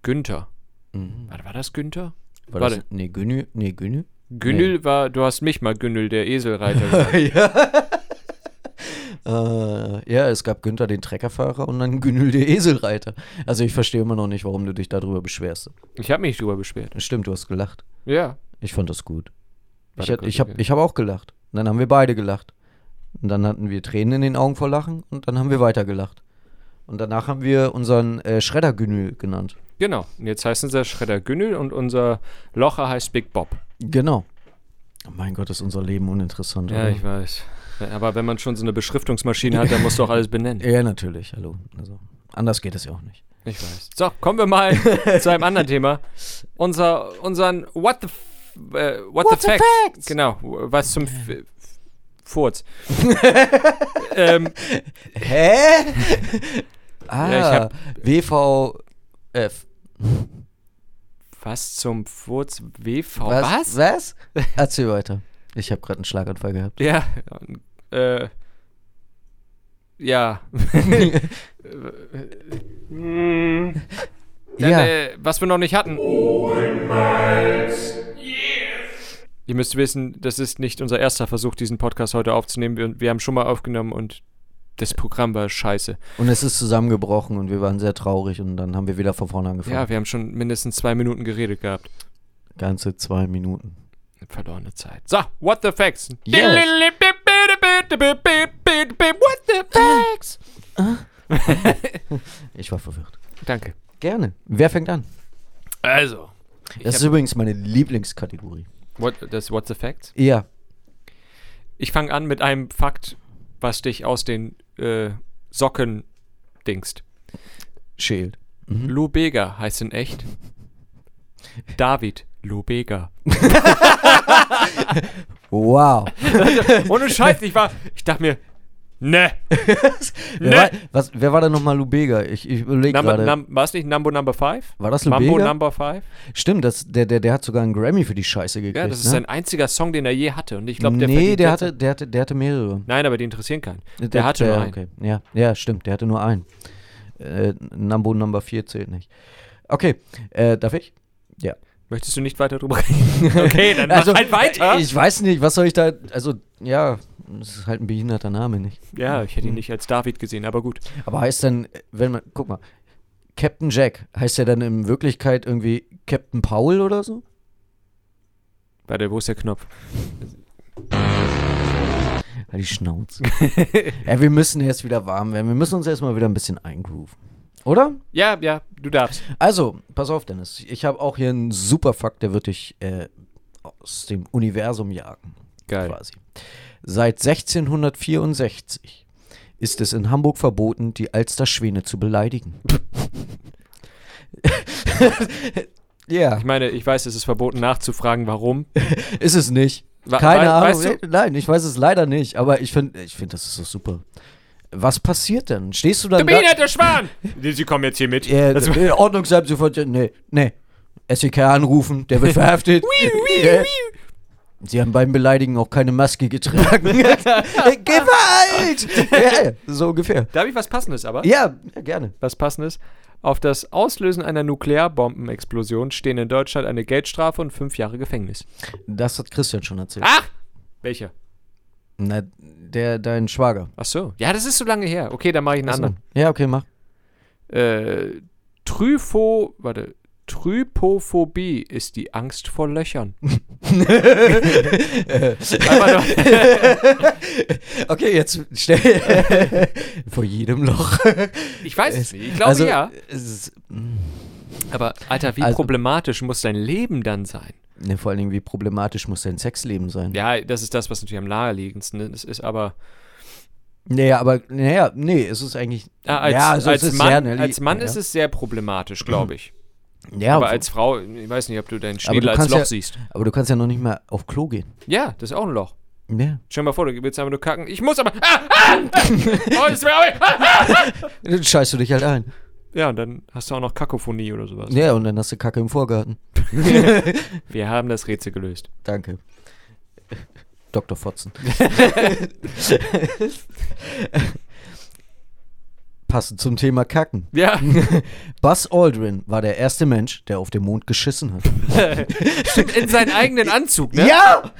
Günther. Mhm. Warte, war das Günther? War Warte. Das, nee, Günü. Nee, Günü. Günnel war, du hast mich mal Günnel, der Eselreiter. genannt. ja. Äh, ja, es gab Günther den Treckerfahrer und dann Günül der Eselreiter. Also ich verstehe immer noch nicht, warum du dich darüber beschwerst. ich habe mich drüber beschwert. Stimmt, du hast gelacht. Ja. Ich fand das gut. Ich, Warte hat- kurz, ich habe okay. ich hab auch gelacht. Und dann haben wir beide gelacht. Und dann hatten wir Tränen in den Augen vor Lachen und dann haben wir weiter gelacht. Und danach haben wir unseren äh, Schredder Günül genannt. Genau. Und jetzt heißt unser Schredder Günnel und unser Locher heißt Big Bob. Genau. Oh mein Gott, ist unser Leben uninteressant. Ja, oder? ich weiß. Mhm. Aber wenn man schon so eine Beschriftungsmaschine hat, dann musst du auch alles benennen. ja natürlich. Hallo. Also, anders geht es ja auch nicht. Ich weiß. So, kommen wir mal zu einem anderen Thema. Unser, unseren What the, f äh, what What the, the facts. Facts. Genau, was zum f F- Furz. ähm, Hä? ah, Ja, ich hab- WVF. was zum Furz WV. Was? Was? Erzähl weiter. Ich habe gerade einen Schlaganfall gehabt. Ja. Äh, ja. Dann, ja, äh, was wir noch nicht hatten. Ihr müsst wissen, das ist nicht unser erster Versuch, diesen Podcast heute aufzunehmen. Wir, wir haben schon mal aufgenommen und das Programm war scheiße. und es ist zusammengebrochen und wir waren sehr traurig und dann haben wir wieder von vorne angefangen. Ja, wir haben schon mindestens zwei Minuten geredet gehabt. Ganze zwei Minuten. Verlorene Zeit. So, what the facts? Yes. What the facts? Ich war verwirrt. Danke. Gerne. Wer fängt an? Also, Das ist übrigens meine Lieblingskategorie. what, das What the facts? Ja. Ich fange an mit einem Fakt, was dich aus den äh, Socken dingst. Schält. Mhm. Lou Bega heißt in echt David Lou Bega. Wow. Ohne Scheiß, ich war, ich dachte mir, ne. Wer, Ne. war, was, wer war da nochmal Lubega? Ich, ich überlege Number, gerade. num, war es nicht Numbo Number 5? War das Mambo Lubega? Number 5? Stimmt, das, der, der, der hat sogar einen Grammy für die Scheiße gekriegt. Ja, das ist ne? sein einziger Song, den er je hatte. Und ich glaube, der nee, verdient der jetzt- hatte, der, hatte, der hatte mehrere. Nein, aber die interessieren keinen. Der, hatte nur einen. okay. Ja, ja, stimmt, der hatte nur einen. Äh, Number, Number 4 zählt nicht. Okay, äh, darf ich? Möchtest du nicht weiter drüber reden? Okay, dann mach halt weiter. Also, äh, Ich weiß nicht, was soll ich da. Also, ja, das ist halt ein behinderter Name, nicht? ja, ich Hm. hätte ihn nicht als David gesehen, aber gut. Aber heißt dann, wenn man. Guck mal, Captain Jack, heißt der dann in Wirklichkeit irgendwie Captain Paul oder so? Warte, wo ist der Knopf? Halt die Schnauze. ja, wir müssen erst wieder warm werden. Wir müssen uns erstmal wieder ein bisschen eingrooven. Oder? Ja, ja, du darfst. Also, pass auf, Dennis. Ich habe auch hier einen super Fakt, der wird dich äh, aus dem Universum jagen, Geil. quasi. Seit 1664 ist es in Hamburg verboten, die Alsterschwäne zu beleidigen. ja, Ich meine, ich weiß, es ist verboten nachzufragen, warum. ist es nicht. Wa- Keine wei- weißt Ahnung. du- Nein, ich weiß es leider nicht, aber ich finde, ich find, das ist so super. Was passiert denn? Stehst du dann Du da? behinderter Schwan! Sie sie kommen jetzt hier mit. Ja, Das- äh, Ordnungsamt sofort. Nee, nee. SEK anrufen, der wird verhaftet. Ja. Sie haben beim Beleidigen auch keine Maske getragen. Äh, Gewalt! ja, so ungefähr. Darf ich was Passendes aber? Ja, ja, gerne. Was Passendes. Auf das Auslösen einer Nuklearbombenexplosion stehen in Deutschland eine Geldstrafe und fünf Jahre Gefängnis. Das hat Christian schon erzählt. Ach! Welcher? Na, der, dein Schwager. Ach so. Ja, das ist so lange her. Okay, dann mache ich einen Achso. anderen. Ja, okay, mach. Äh, Trypho, warte, Trypophobie ist die Angst vor Löchern. Einfach nur- Okay, jetzt schnell. Vor jedem Loch. ich weiß es nicht. Ich glaube also, ja. Es ist, mm. Aber Alter, wie also- problematisch muss dein Leben dann sein? ne, vor allen Dingen, wie problematisch muss dein Sexleben sein? Ja, das ist das, was natürlich am naheliegendsten ist, ist aber Naja, aber, naja, nee, es ist eigentlich. Ah, als, ja, also als, es ist Mann, sehr, ne, als Mann ja. ist es sehr problematisch, glaube ich. Ja, aber als Frau, ich weiß nicht, ob du deinen aber Schädel du als kannst Loch ja, siehst. Aber du kannst ja noch nicht mal auf Klo gehen. Ja, das ist auch ein Loch. Ja. Stell dir mal vor, du willst einfach nur kacken. Ich muss aber. Ah, ah, ah, oh, das wär, ah, ah. Dann scheißt du dich halt ein. Ja, und dann hast du auch noch Kakophonie oder sowas. Ja, und dann hast du Kacke im Vorgarten. Wir haben das Rätsel gelöst. Danke. Dr. Fotzen. Passend zum Thema Kacken. Ja, Buzz Aldrin war der erste Mensch, der auf dem Mond geschissen hat. stimmt, in seinen eigenen Anzug, ne? Ja!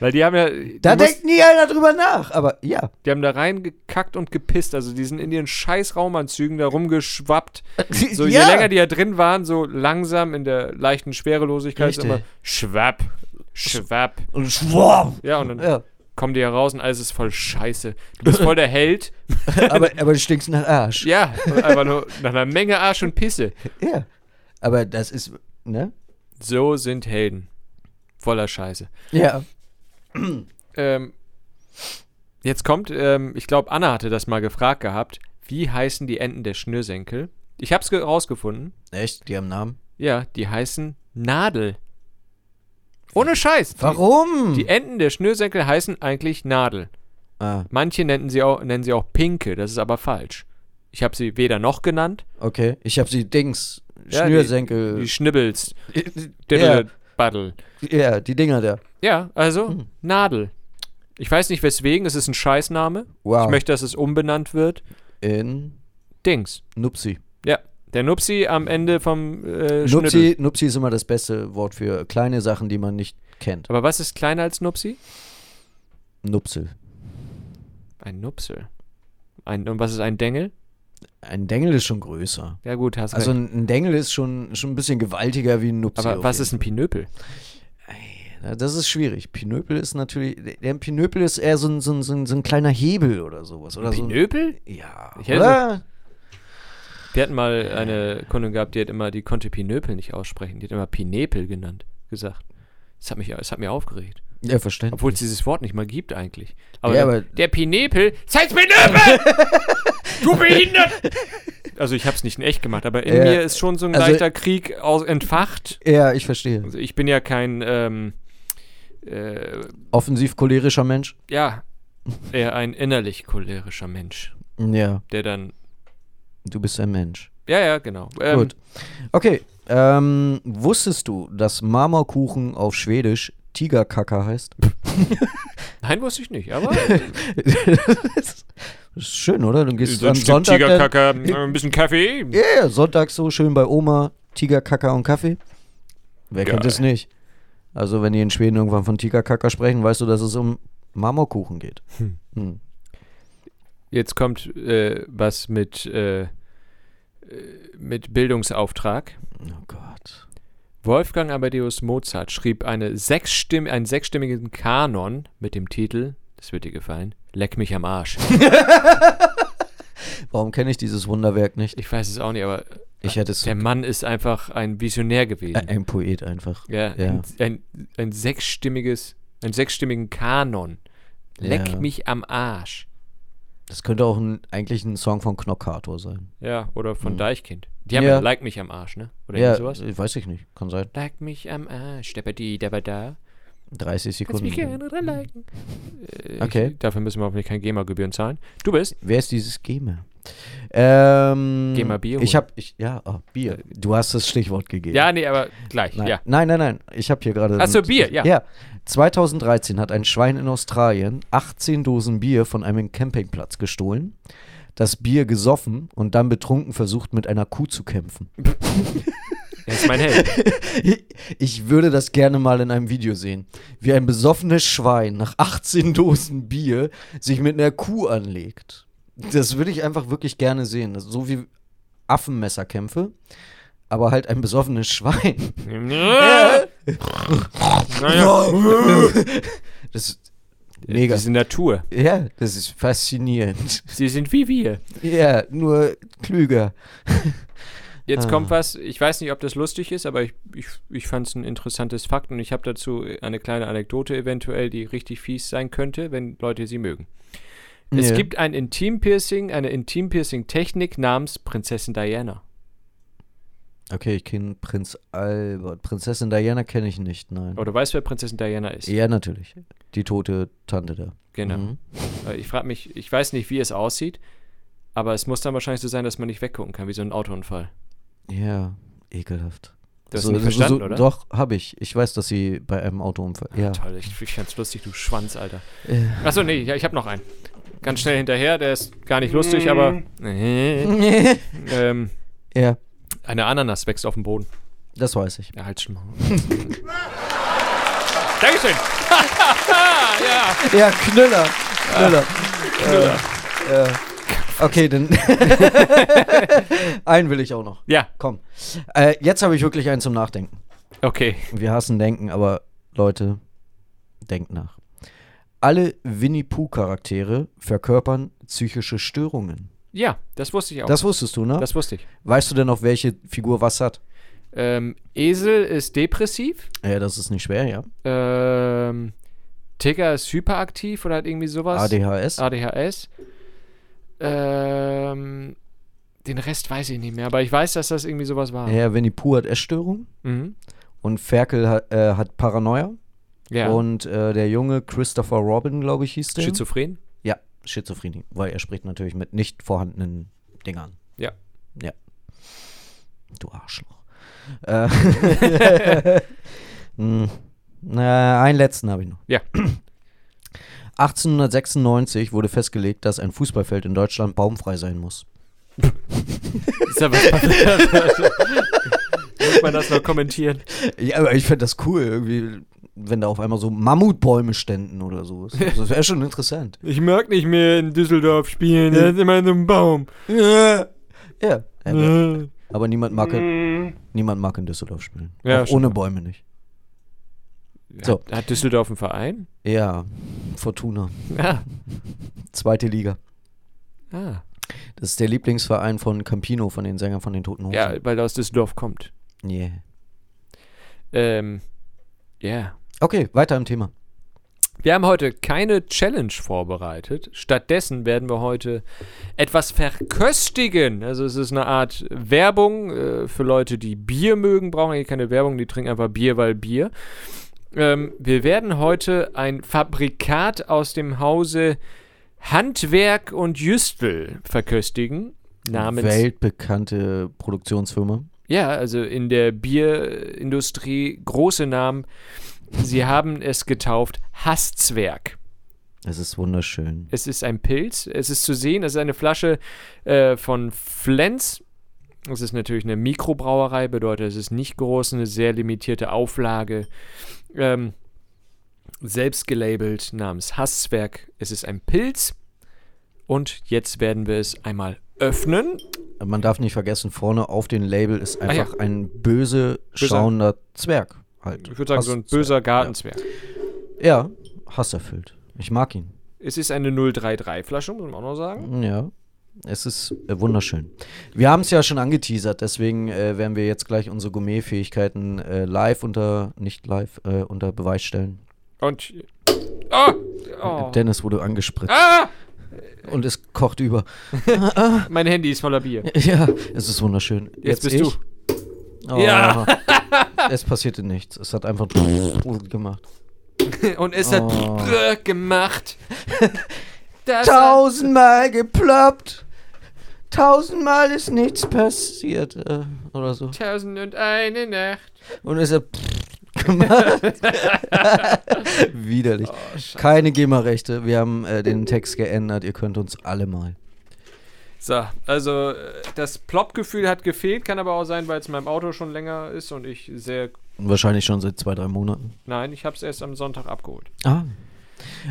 Weil die haben ja. Die, Da mussten- denkt nie einer drüber nach. Aber ja. die haben da reingekackt und gepisst. Also die sind in ihren scheiß Raumanzügen da rumgeschwappt. So, ja. je länger die da drin waren, so langsam in der leichten Schwerelosigkeit Richtig. immer schwapp, schwapp. Und schwamm. Ja, und dann Ja. kommen die heraus und alles ist voll scheiße. Du bist voll der Held. Aber, aber du stinkst nach Arsch. Ja, einfach nur nach einer Menge Arsch und Pisse. ja. Aber das ist, ne? So sind Helden. Voller Scheiße. Ja. Ähm, jetzt kommt, ähm, ich glaube, Anna hatte das mal gefragt gehabt, wie heißen die Enden der Schnürsenkel? Ich hab's ge- rausgefunden. Echt? Die haben Namen? Ja, die heißen Nadel. Ohne Scheiß. Warum? Die, die Enden der Schnürsenkel heißen eigentlich Nadel. ah, Manche nennen sie auch, nennen sie auch Pinke, das ist aber falsch. Ich habe sie weder noch genannt, okay. Ich habe sie Dings, Ja, die- Schnürsenkel. Äh, die schnibbelst, ja, diddle, baddel. ja, die Dinger da. Ja, also Hm. Nadel. Ich weiß nicht weswegen, es ist ein Scheißname. Wow. Ich möchte, dass es umbenannt wird. In Dings. Nupsi. Ja, der Nupsi am Ende vom äh, Schnüttel. Nupsi, Nupsi ist immer das beste Wort für kleine Sachen, die man nicht kennt. Aber was ist kleiner als Nupsi? Nupsel. Ein Nupsel. Ein, und was ist ein Dengel? Ein Dengel ist schon größer. Ja gut, hast Also recht. ein ein Dengel ist schon, schon ein bisschen gewaltiger wie ein Nupsi. Aber auf was jeden ist ein Pinöpel? Ja, Das ist schwierig. Pinöpel ist natürlich. der- Der Pinöpel ist eher so ein, so ein, so ein, so ein kleiner Hebel oder sowas. Oder so ein, Pinöpel? ja. Ich hätte- oder? Wir hatten mal eine Kundin gehabt, die hat immer, die konnte Pinöpel nicht aussprechen. Die hat immer Pinepel genannt, gesagt. Das hat mich, das hat mich aufgeregt. Ja, verständlich. Obwohl es dieses Wort nicht mal gibt eigentlich. Aber, Ja, der- aber- der Pinepel, das heißt Pinöpel! du behindert! Also ich habe es nicht in echt gemacht, aber in Ja. mir ist schon so ein Also- leichter Krieg aus, entfacht. Ja, ich verstehe. Also ich bin ja kein, ähm, äh, Offensiv cholerischer Mensch. ja, eher ein innerlich cholerischer Mensch, Ja, der dann, du bist ein Mensch. ja, ja, genau. Ähm, Gut. Okay. Ähm, wusstest du, dass Marmorkuchen auf Schwedisch Tigerkacker heißt? Nein, wusste ich nicht, aber das ist schön, oder? Du gehst so ein am Stück Sonntag. dann- Tigerkacke, äh, ein bisschen Kaffee. Ja, ja, Sonntag so schön bei Oma, Tigerkacker und Kaffee. Wer kennt Geil. es nicht? Also, wenn die in Schweden irgendwann von Tigerkacker sprechen, weißt du, dass es um Marmorkuchen geht. Hm. Jetzt kommt äh, was mit, äh, äh, mit Bildungsauftrag. Oh Gott. Wolfgang Amadeus Mozart schrieb eine sechsstimm einen sechsstimmigen Kanon mit dem Titel, das wird dir gefallen, Leck mich am Arsch. Warum kenne ich dieses Wunderwerk nicht? Ich weiß es auch nicht, aber Ich hätte es. der Mann ist einfach ein Visionär gewesen. Äh, Ein Poet einfach. Ja, Ja. Ein, ein, ein sechsstimmiges, einen sechsstimmigen Kanon. Leck Ja. mich am Arsch. Das könnte auch ein, eigentlich ein Song von Knockator sein. Ja, oder von Mhm. Deichkind. Die haben ja. Ja. Leck mich am Arsch, ne? Oder ja, irgendwie sowas. äh, weiß ich nicht. Kann sein. Leck mich am Arsch, dabadi, dabada. 30 Kannst mich Sekunden. gerne dran liken. Äh, Mhm. Okay. Ich, dafür müssen wir hoffentlich keine GEMA-Gebühren zahlen. Du bist? Wer ist dieses GEMA? Ähm, Geh mal Bier Ich holen. habe, ich, ja, ah, Bier. Du hast das Stichwort gegeben. Ja, nee, aber gleich, Nein. ja. nein, nein, nein. Ich habe hier gerade. Ach so, Bier, ja. Ja. 2013 hat ein Schwein in Australien 18 Dosen Bier von einem Campingplatz gestohlen, das Bier gesoffen und dann betrunken versucht, mit einer Kuh zu kämpfen. Er ist mein Held. Ich würde das gerne mal in einem Video sehen. Wie ein besoffenes Schwein nach 18 Dosen Bier sich mit einer Kuh anlegt. Das würde ich einfach wirklich gerne sehen. Das ist so wie Affenmesserkämpfe, aber halt ein besoffenes Schwein. naja, Das ist mega. Diese Natur. Ja, das ist faszinierend. Sie sind wie wir. Ja, nur klüger. Jetzt Ah. kommt was, ich weiß nicht, ob das lustig ist, aber ich, ich, ich fand es ein interessantes Fakt und ich habe dazu eine kleine Anekdote eventuell, die richtig fies sein könnte, wenn Leute sie mögen. Es Ja. gibt ein Intim-Piercing, eine Intim-Piercing-Technik namens Prinzessin Diana. Okay, ich kenne Prinz Albert. Prinzessin Diana kenne ich nicht, nein. Aber du weißt, wer Prinzessin Diana ist. Ja, natürlich. Die tote Tante da. Genau. Mhm. Äh, Ich frage mich, ich weiß nicht, wie es aussieht, aber es muss dann wahrscheinlich so sein, dass man nicht weggucken kann, wie so ein Autounfall. Ja, ekelhaft. Du hast es nicht verstanden, oder? Ah, Doch, habe ich. Ich weiß, dass sie bei einem Autounfall. Ja. Toll, ich, ich fand's lustig, du Schwanz, Alter. Äh. Achso, nee, ja, ich habe noch einen. Ganz schnell hinterher, der ist gar nicht lustig, aber. Mhm. Äh, ähm, ja, eine Ananas wächst auf dem Boden. das weiß ich. Ja, halt schon mal. Dankeschön. ja. Ja, Knüller. Knüller. Äh, äh, Ah. okay, dann. einen will ich auch noch. ja, Komm. Äh, jetzt habe ich wirklich einen zum Nachdenken. okay. Wir hassen Denken, aber Leute, denkt nach. Alle Winnie-Pooh-Charaktere verkörpern psychische Störungen. Ja, das wusste ich auch. Das, Das wusstest du, ne? wusste ich. weißt du denn auch, welche Figur was hat? Ähm, Esel ist depressiv. Ja, das ist nicht schwer, ja. Ähm, Tigger ist hyperaktiv oder hat irgendwie sowas. ADHS. Ah. ADHS. Ähm, den Rest weiß ich nicht mehr, aber ich weiß, dass das irgendwie sowas war. ja, Winnie Pooh hat Essstörung Mhm. und Ferkel hat, äh, hat Paranoia. ja. Und äh, der junge Christopher Robin, glaube ich, hieß der. Schizophren? ja, Schizophrenie, weil er spricht natürlich mit nicht vorhandenen Dingern. Ja. Ja. Du Arschloch. Äh, hm, na, einen letzten habe ich noch. Ja. 1896 wurde festgelegt, dass ein Fußballfeld in Deutschland baumfrei sein muss. Ist ja was Muss man das noch kommentieren? Ja, aber ich fände das cool, irgendwie, wenn da auf einmal so Mammutbäume ständen oder sowas. Das wäre schon interessant. Ich mag nicht mehr in Düsseldorf spielen, da ist immer so ein Baum. Ja. ja. Mhm. Aber, aber niemand mag, in, niemand mag in Düsseldorf spielen. Ja, Auch stimmt. ohne Bäume nicht. So. Hat, hat Düsseldorf einen Verein? Ja, Fortuna. Ah. Zweite Liga. ah. Das ist der Lieblingsverein von Campino, von den Sängern von den Toten Hosen. Ja, weil er aus Düsseldorf kommt. Yeah. Ähm, ja. Okay, weiter im Thema. Wir haben heute keine Challenge vorbereitet. Stattdessen werden wir heute etwas verköstigen. Also es ist eine Art Werbung äh, für Leute, die Bier mögen, brauchen eigentlich keine Werbung, die trinken einfach Bier, weil Bier. Ähm, wir werden heute ein Fabrikat aus dem Hause Handwerk und Jüstel verköstigen. Namens Weltbekannte Produktionsfirma. ja, also in der Bierindustrie große Namen. Sie haben es getauft Hasszwerg. Es ist wunderschön. Es ist ein Pilz. Es ist zu sehen, es ist eine Flasche äh, von Flens. Es ist natürlich eine Mikrobrauerei, bedeutet, es ist nicht groß, eine sehr limitierte Auflage. Ähm, selbst gelabelt namens Hasswerk. Es ist ein Pilz. Und jetzt werden wir es einmal öffnen. Man darf nicht vergessen, vorne auf dem Label ist Ah, ja. einfach ein böse schauender Zwerg. Halt. Ich würde sagen, Hass- so ein böser Gartenzwerg. Ja, hasserfüllt. Ich mag ihn. Es ist eine 033-Flasche, muss man auch noch sagen. Ja. Es ist äh, wunderschön. Wir haben es ja schon angeteasert, deswegen äh, werden wir jetzt gleich unsere Gourmet-Fähigkeiten äh, live unter, nicht live, äh, unter Beweis stellen. Und. Oh! oh. Dennis wurde angespritzt Ah! und es kocht über. Mein Handy ist voller Bier. Ja, es ist wunderschön. Jetzt, bist ich? du. Oh. Ja. Es passierte nichts. Es hat einfach gemacht. Und es hat Oh. gemacht. Das Tausendmal geploppt. Tausendmal ist nichts passiert. Äh, oder so. hat Tausend und eine Nacht. Und ist er gemacht. Widerlich. Oh, Keine GEMA-Rechte. Wir haben äh, den Text geändert. Ihr könnt uns alle mal. So, also äh, das Plop-Gefühl hat gefehlt, kann aber auch sein, weil es in meinem Auto schon länger ist und ich sehr. Wahrscheinlich schon seit zwei, drei Monaten. Nein, ich hab's erst am Sonntag abgeholt. Ah.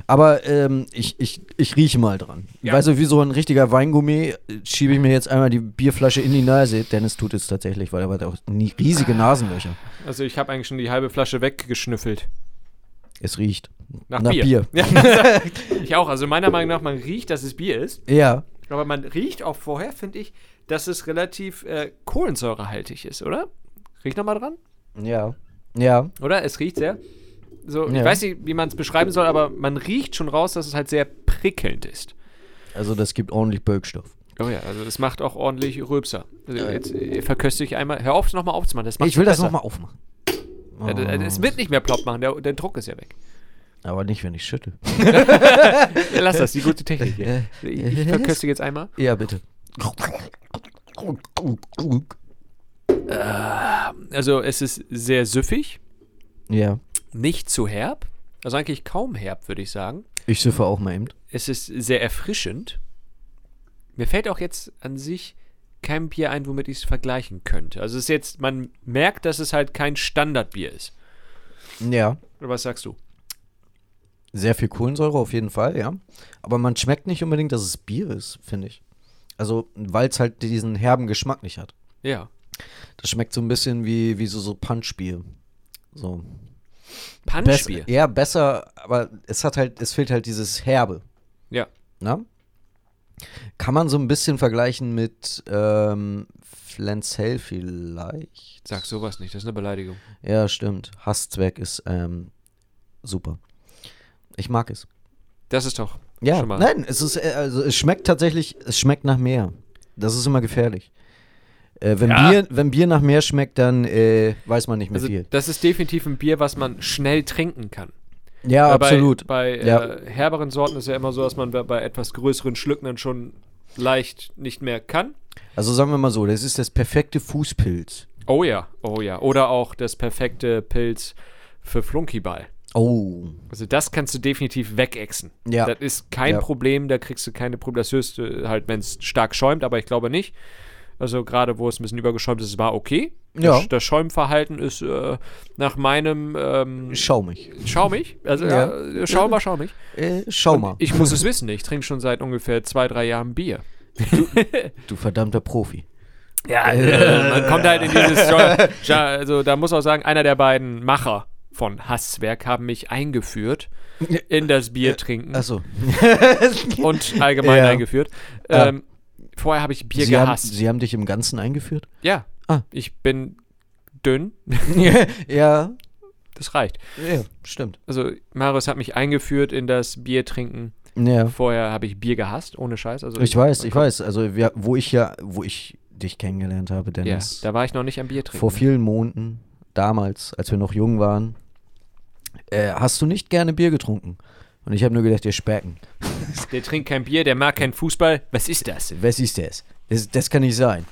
Aber ähm, ich, ich, ich rieche mal dran. Ja. Weißt du, wie so ein richtiger Weingummi äh, schiebe ich mir jetzt einmal die Bierflasche in die Nase. Dennis tut es tatsächlich, weil er hat auch nie riesige Nasenlöcher. Also ich habe eigentlich schon die halbe Flasche weggeschnüffelt. Es riecht. Nach, Nach Bier. Bier. Ja, ich auch. Also meiner Meinung nach, man riecht, dass es Bier ist. Ja. Aber man riecht auch vorher, finde ich, dass es relativ äh, kohlensäurehaltig ist, oder? Riech nochmal dran, Ja. Ja. oder? Es riecht sehr. So, ich Ja. weiß nicht, wie man es beschreiben soll, aber man riecht schon raus, dass es halt sehr prickelnd ist. Also das gibt ordentlich Bölkstoff. Oh ja, also es macht auch ordentlich Rülpser. Also jetzt äh, verköste ich einmal. Hör auf, es nochmal aufzumachen. Das macht Ich will das besser. nochmal aufmachen. Ja, das- das- Es wird nicht mehr plopp machen, der, der Druck ist ja weg. Aber nicht, wenn ich schüttel. Lass das, die gute Technik hier. Ich ich verköste jetzt einmal. Ja, bitte. Also es ist sehr süffig, Ja. nicht zu herb. Also eigentlich kaum herb, würde ich sagen. Ich süffe auch mal eben. Es ist sehr erfrischend. Mir fällt auch jetzt an sich kein Bier ein, womit ich es vergleichen könnte. Also es ist jetzt, man merkt, dass es halt kein Standardbier ist. Ja. Oder was sagst du? Sehr viel Kohlensäure auf jeden Fall, ja. Aber man schmeckt nicht unbedingt, dass es Bier ist, finde ich. Also, weil es halt diesen herben Geschmack nicht hat. Ja. Das schmeckt so ein bisschen wie, wie so, so Punchbier. So. Punchbier. Bess- Ja, besser, aber es hat halt, es fehlt halt dieses Herbe. Ja. Ne? Kann man so ein bisschen vergleichen mit ähm, Flancel vielleicht? Sag sowas nicht, das ist eine Beleidigung. Ja, stimmt. Hasszweck ist ähm, super. Ich mag es. Das ist doch Ja, schon mal. nein, es ist äh, also es schmeckt tatsächlich, es schmeckt nach mehr. Das ist immer gefährlich. Äh, wenn, Ja. Bier, wenn Bier nach mehr schmeckt, dann äh, weiß man nicht mehr Also, viel. das ist definitiv ein Bier, was man schnell trinken kann. Ja, Weil absolut. äh, Bei, bei Ja. äh, herberen Sorten ist ja immer so, dass man bei, bei etwas größeren Schlücken dann schon leicht nicht mehr kann. Also sagen wir mal so, das ist das perfekte Fußpilz. Oh ja, oh ja. Oder auch das perfekte Pilz für Flunkyball. Oh. Also das kannst du definitiv wegexen. Ja. Das ist kein Ja. Problem, da kriegst du keine Probleme. Das höchste halt, wenn es stark schäumt, aber ich glaube nicht. Also gerade wo es ein bisschen übergeschäumt ist, war okay. Ja. Das, das Schäumverhalten ist äh, nach meinem ähm, Schaumig. schaumig. Also Ja. ja. äh, schaumbar schaumig. Äh, schau mal. Ich muss es wissen, ich trinke schon seit ungefähr zwei, drei Jahren Bier. du verdammter Profi. Ja, äh, man kommt halt in dieses Genre. Ja, Also da muss auch sagen, einer der beiden Macher von Hasswerk haben mich eingeführt in das Bier trinken Achso. und allgemein Ja. eingeführt. Ja. Ähm, vorher habe ich Bier Sie haben, gehasst. Sie haben dich im Ganzen eingeführt? ja, Ah. ich bin dünn, ja. das reicht. Ja, stimmt. Also Marius hat mich eingeführt in das Bier trinken. Ja. Vorher habe ich Bier gehasst, ohne Scheiß. Also Ich weiß, ich weiß. Also wir, wo ich ja, wo ich dich kennengelernt habe, Ja, Dennis. da war ich noch nicht am Bier trinken. vor vielen Monaten, damals, als wir noch jung waren, äh, hast du nicht gerne Bier getrunken. Und ich habe nur gedacht, ihr Specken. Der trinkt kein Bier, der mag keinen Fußball. Was ist das? Was ist das? das? Das kann nicht sein.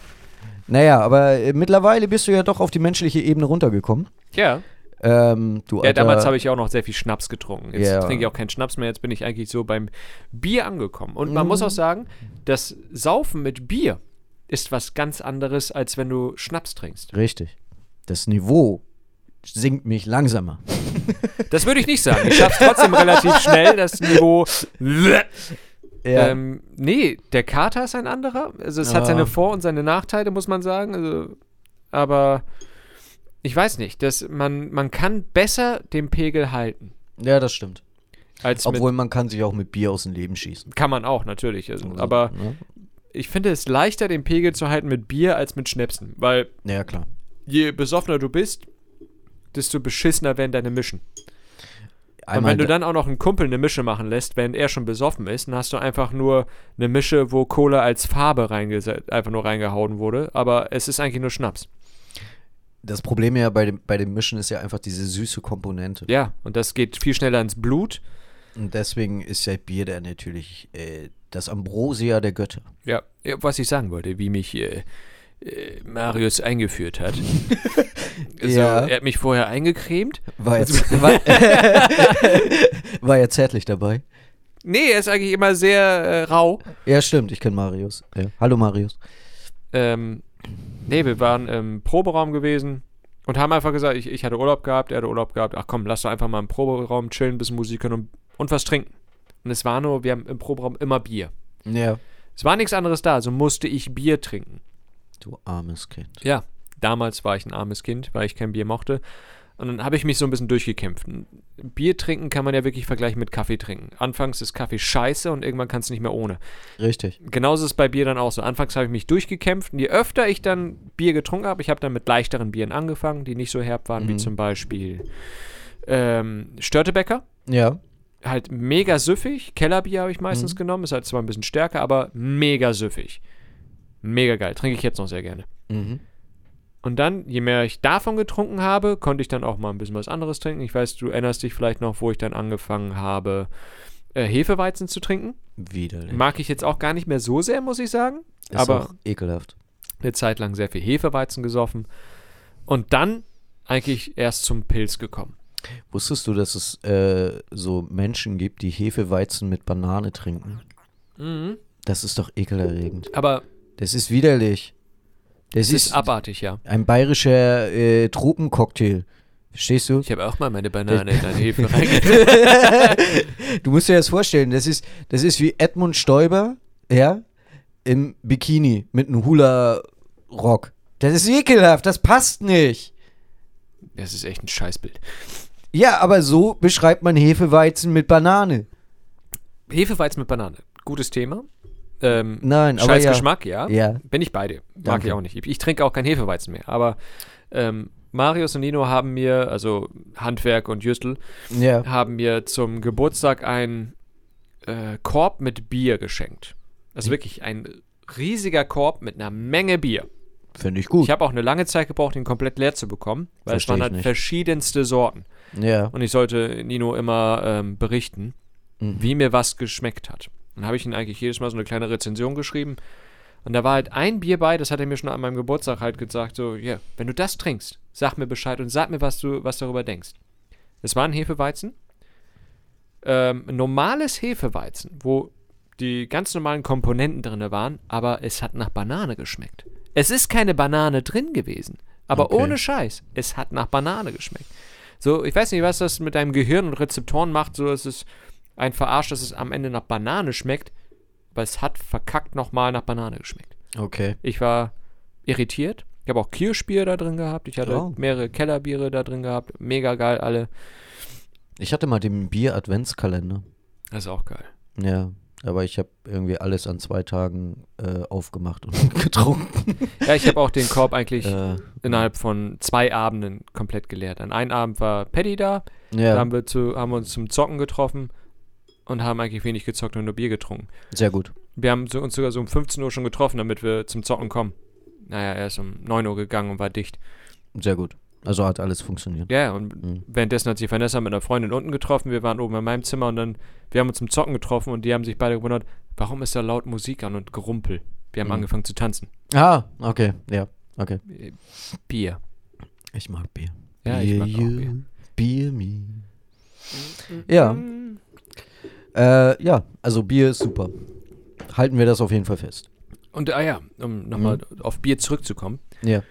Naja, aber äh, mittlerweile bist du ja doch auf die menschliche Ebene runtergekommen. Ja. Ähm, du Ja, alter- damals habe ich auch noch sehr viel Schnaps getrunken. Jetzt Ja. trinke ich auch keinen Schnaps mehr. Jetzt bin ich eigentlich so beim Bier angekommen. Und Mhm. man muss auch sagen, das Saufen mit Bier ist was ganz anderes, als wenn du Schnaps trinkst. Richtig. Das Niveau sinkt mich langsamer. Das würde ich nicht sagen. Ich schaff's trotzdem relativ schnell, das Niveau. Ähm, nee, der Kater ist ein anderer. Also es hat Ja. seine Vor- und seine Nachteile, muss man sagen. Also, aber ich weiß nicht, dass man, man kann besser den Pegel halten. ja, das stimmt. Als mit, Obwohl man kann sich auch mit Bier aus dem Leben schießen. kann man auch, natürlich. Also, aber Ne? ich finde es leichter, den Pegel zu halten mit Bier als mit Schnäpsen. Weil Ja, klar. je besoffener du bist, desto beschissener werden deine Mischen. Und Einmal wenn du da- dann auch noch einen Kumpel eine Mische machen lässt, wenn er schon besoffen ist, dann hast du einfach nur eine Mische, wo Cola als Farbe reingese- einfach nur reingehauen wurde. Aber es ist eigentlich nur Schnaps. das Problem ja bei dem, bei dem Mischen ist ja einfach diese süße Komponente. Ja, und das geht viel schneller ins Blut. Und deswegen ist ja Bier da natürlich äh, das Ambrosia der Götter. Ja, ja, was ich sagen wollte, wie mich äh, äh, Marius eingeführt hat. also, Ja. Er hat mich vorher eingecremt. War jetzt, war, war ja zärtlich dabei. Nee, er ist eigentlich immer sehr äh, rau. Ja, stimmt, ich kenne Marius. Ja. Hallo Marius. ähm, nee, wir waren im Proberaum gewesen und haben einfach gesagt, ich, ich hatte Urlaub gehabt, er hatte Urlaub gehabt, ach komm, lass doch einfach mal im Proberaum chillen, ein bisschen Musik hören und, und was trinken. Und es war nur, wir haben im Proberaum immer Bier. Ja. Es war nichts anderes da, also musste ich Bier trinken. Du armes Kind. Ja, damals war ich ein armes Kind, weil ich kein Bier mochte. Und dann habe ich mich so ein bisschen durchgekämpft. Bier trinken kann man ja wirklich vergleichen mit Kaffee trinken. Anfangs ist Kaffee scheiße und irgendwann kannst du nicht mehr ohne. Richtig. Genauso ist es bei Bier dann auch so. Anfangs habe ich mich durchgekämpft und je öfter ich dann Bier getrunken habe, ich habe dann mit leichteren Bieren Mhm. angefangen, die nicht so herb waren, wie zum Beispiel ähm, Störtebecker. Ja. halt mega süffig. Kellerbier habe ich Mhm. meistens genommen. Ist halt zwar ein bisschen stärker, aber mega süffig. Mega geil. Trinke ich jetzt noch sehr gerne. Mhm. Und dann, je mehr ich davon getrunken habe, konnte ich dann auch mal ein bisschen was anderes trinken. Ich weiß, du erinnerst dich vielleicht noch, wo ich dann angefangen habe, äh, Hefeweizen zu trinken. Widerlich. Mag ich jetzt auch gar nicht mehr so sehr, muss ich sagen. Ist aber auch ekelhaft. eine Zeit lang sehr viel Hefeweizen gesoffen. Und dann eigentlich erst zum Pilz gekommen. Wusstest du, dass es äh, so Menschen gibt, die Hefeweizen mit Banane trinken? Das ist doch ekelerregend. Aber Das ist widerlich. Das es ist ist abartig, ja. ein bayerischer äh, Tropencocktail. Verstehst du? Ich habe auch mal meine Banane in eine Hefe reingetan. Du musst dir das vorstellen, das ist, das ist wie Edmund Stoiber, ja, im Bikini mit einem Hula-Rock. Das ist ekelhaft, das passt nicht. Das ist echt ein Scheißbild. Ja, aber so beschreibt man Hefeweizen mit Banane. Hefeweizen mit Banane. Gutes Thema. Ähm, Nein, aber Scheiß ja. Geschmack, ja. Ja. Bin ich bei dir. Mag Danke. ich auch nicht. Ich, ich trinke auch kein Hefeweizen mehr. Aber ähm, Marius und Nino haben mir, also Handwerk und Jüstel, Ja. haben mir zum Geburtstag einen äh, Korb mit Bier geschenkt. Also Hm. wirklich ein riesiger Korb mit einer Menge Bier. Finde ich gut. Ich habe auch eine lange Zeit gebraucht, den komplett leer zu bekommen, weil Versteh es waren ich halt nicht. verschiedenste Sorten. ja. Und ich sollte Nino immer ähm, berichten, Mhm. wie mir was geschmeckt hat. Dann habe ich ihm eigentlich jedes Mal so eine kleine Rezension geschrieben. Und da war halt ein Bier bei, das hat er mir schon an meinem Geburtstag halt gesagt, so, ja, wenn du das trinkst, sag mir Bescheid und sag mir, was du was darüber denkst. Es war ein Hefeweizen. Ähm, ein normales Hefeweizen, wo die ganz normalen Komponenten drin waren, aber es hat nach Banane geschmeckt. Es ist keine Banane drin gewesen, aber Okay. ohne Scheiß, es hat nach Banane geschmeckt. So, ich weiß nicht, was das mit deinem Gehirn und Rezeptoren macht, so dass es ein Verarsch, dass es am Ende nach Banane schmeckt, aber es hat verkackt nochmal nach Banane geschmeckt. Okay. Ich war irritiert. Ich habe auch Kirschbier da drin gehabt. Ich hatte Oh. mehrere Kellerbiere da drin gehabt. Mega geil alle. Ich hatte mal den Bier-Adventskalender. Das ist auch geil. Ja. Aber ich habe irgendwie alles an zwei Tagen äh, aufgemacht und getrunken. Ja, ich habe auch den Korb eigentlich Äh, innerhalb von zwei Abenden komplett geleert. An einem Abend war Paddy da. Da ja, haben wir, zu, haben wir uns zum Zocken getroffen und haben eigentlich wenig gezockt und nur Bier getrunken. sehr gut. Wir haben so, uns sogar so um 15 Uhr schon getroffen, damit wir zum Zocken kommen. Naja, er ist um 9 Uhr gegangen und war dicht. Sehr gut. Also hat alles funktioniert. Ja, ja, und Mhm. währenddessen hat sich Vanessa mit einer Freundin unten getroffen. Wir waren oben in meinem Zimmer und dann, wir haben uns zum Zocken getroffen und die haben sich beide gewundert, warum ist da laut Musik an und Gerumpel? Wir haben Mhm. angefangen zu tanzen. Ah, okay. Ja, okay. Bier. Ich mag Bier. Ja, ich mag auch Bier. Bier me. Ja. Äh, ja, also Bier ist super. Halten wir das auf jeden Fall fest. Und, ah ja, um nochmal auf Bier zurückzukommen. Ja.